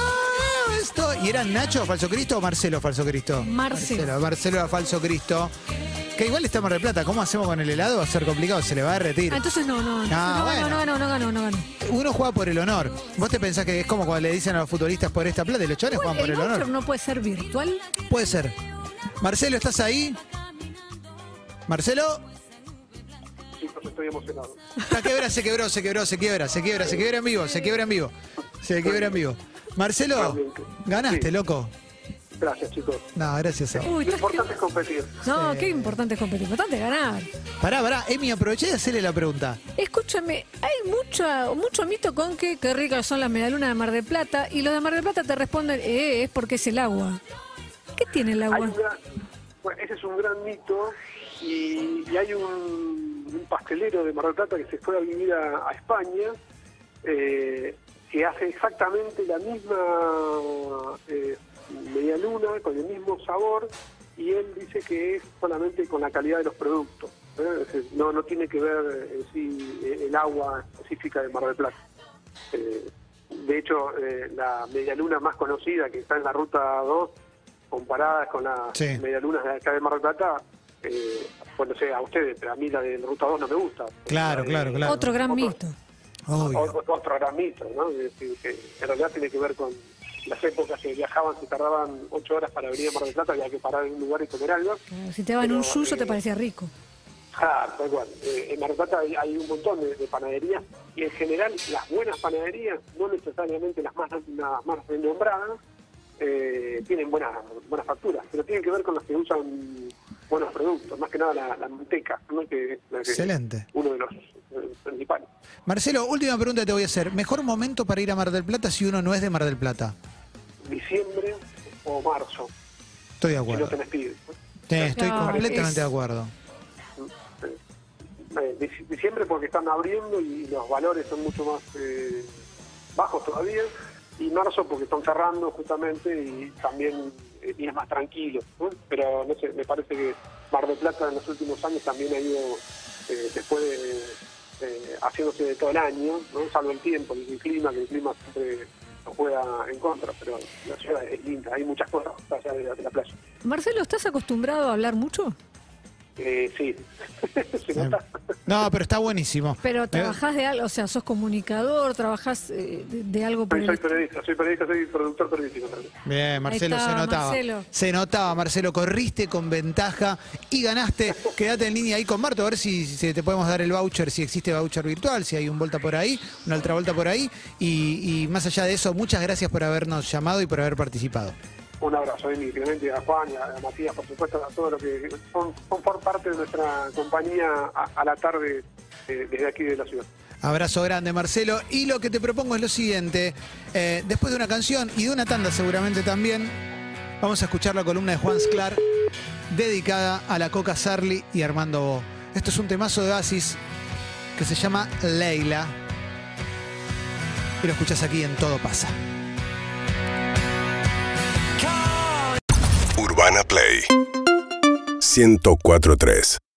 Speaker 3: estoy Cristo y eran Nacho Falso Cristo o Marcelo Falso Cristo.
Speaker 4: Marcelo.
Speaker 3: Marcelo, Marcelo era Falso Cristo. Que igual estamos de plata. ¿Cómo hacemos con el helado? Va a ser complicado, se le va a derretir.
Speaker 4: Ah, entonces no, no, no,
Speaker 3: No,
Speaker 4: no,
Speaker 3: bueno.
Speaker 4: ganó, no, ganó, no, ganó, no ganó.
Speaker 3: Uno juega por el honor. ¿Vos te pensás que es como cuando le dicen a los futbolistas por esta plata y los chavales juegan por
Speaker 4: El
Speaker 3: el
Speaker 4: voucher
Speaker 3: honor?
Speaker 4: no puede ser virtual.
Speaker 3: Puede ser. Marcelo, ¿estás ahí? Marcelo,
Speaker 8: Chicos, pues, estoy emocionado.
Speaker 3: está quebra, se quebró, se quebró, se quiebra, se quiebra, se quiebra en vivo, se quiebra en vivo, se quiebra en vivo.
Speaker 8: Ah,
Speaker 3: Marcelo, ganaste, loco.
Speaker 8: Gracias, chicos.
Speaker 3: No, gracias a vos.
Speaker 4: Uy,
Speaker 8: Lo
Speaker 4: estás
Speaker 8: importante es competir.
Speaker 4: que- No, qué importante es competir, importante es ganar.
Speaker 3: Pará, pará, Emi, aproveché de hacerle la pregunta.
Speaker 4: Escúchame, hay mucho, mucho mito con que qué ricas son las medialunas de Mar del Plata y los de Mar del Plata te responden, eh, es porque es el agua. ¿Qué tiene el
Speaker 8: Hay
Speaker 4: agua?
Speaker 8: un gran- bueno, ese es un gran mito y, y hay un, un pastelero de Mar del Plata que se fue a vivir a, a España eh, que hace exactamente la misma eh, media luna con el mismo sabor y él dice que es solamente con la calidad de los productos. ¿eh? Es decir, No, no tiene que ver en sí eh, el agua específica de Mar del Plata. Eh, de hecho, eh, la medialuna más conocida que está en la ruta 2, comparadas con las
Speaker 3: Sí.
Speaker 8: medialunas de acá de Mar del Plata, eh, bueno, no sé a ustedes, pero a mí la de la ruta 2 no me gusta.
Speaker 3: Claro,
Speaker 8: Eh,
Speaker 3: claro, claro.
Speaker 4: Otro gran mito.
Speaker 3: Obvio.
Speaker 8: Otro, otro gran mito, ¿no? Es decir, que en realidad tiene que ver con las épocas que viajaban, se tardaban ocho horas para venir a Mar del Plata, había que parar en un lugar y comer algo.
Speaker 4: Claro, Si te daban
Speaker 8: Pero,
Speaker 4: un yuyo te
Speaker 8: eh,
Speaker 4: parecía rico.
Speaker 8: Ah, tal cual. Eh, en Mar del Plata hay, hay un montón de, de panaderías y en general las buenas panaderías, no necesariamente las más, las más renombradas, eh, tienen buenas buenas facturas, pero tienen que ver con las que usan buenos productos, más que nada la, la manteca, ¿no? que es la que-
Speaker 3: Excelente.
Speaker 8: uno de los eh, principales.
Speaker 3: Marcelo, última pregunta que te voy a hacer. ¿Mejor momento para ir a Mar del Plata si uno no es de Mar del Plata?
Speaker 8: Diciembre o marzo,
Speaker 3: Estoy de
Speaker 8: si no
Speaker 3: acuerdo.
Speaker 8: tenés pibes.
Speaker 3: Sí, estoy
Speaker 4: No,
Speaker 3: completamente
Speaker 4: es-
Speaker 3: de acuerdo.
Speaker 8: Eh, dic- diciembre porque están abriendo y los valores son mucho más eh, bajos todavía y marzo porque están cerrando justamente y también eh, y es más tranquilo ¿no? pero no sé me parece que Mar del Plata en los últimos años también ha ido eh, después de, eh, haciéndose de todo el año ¿no? salvo el tiempo y el clima que el clima siempre nos juega en contra pero la ciudad es linda hay muchas cosas allá de la, de la playa
Speaker 4: Marcelo, ¿estás acostumbrado a hablar mucho?
Speaker 8: Eh, sí se nota
Speaker 3: Eh, No, pero está buenísimo. Eh,
Speaker 4: Pero
Speaker 3: Me-
Speaker 4: trabajás de algo, o sea, sos comunicador, trabajás eh, de, de algo por
Speaker 8: Soy,
Speaker 4: el
Speaker 8: soy periodista, soy periodista, soy productor periodístico también.
Speaker 3: Bien, Marcelo,
Speaker 4: Ahí está,
Speaker 3: se notaba.
Speaker 4: Marcelo.
Speaker 3: Se notaba, Marcelo. Corriste con ventaja y ganaste. Quédate en línea ahí con Marto, a ver si, si te podemos dar el voucher, si existe voucher virtual, si hay un volta por ahí, una otra vuelta por ahí. Y, y más allá de eso, muchas gracias por habernos llamado y por haber participado.
Speaker 8: Un abrazo a Emi, Clemente, a Juan, y a, a Matías, por supuesto, a todos los que son, son por parte de nuestra compañía a, a la tarde eh, desde aquí de la ciudad.
Speaker 3: Abrazo grande, Marcelo. Y lo que te propongo es lo siguiente. Eh, después de una canción y de una tanda seguramente también, vamos a escuchar la columna de Juan Sclar, dedicada a la Coca Sarli y Armando Bo. Esto es un temazo de Oasis que se llama Leila. Y lo escuchás aquí en Todo Pasa.
Speaker 1: Urbana Play 1043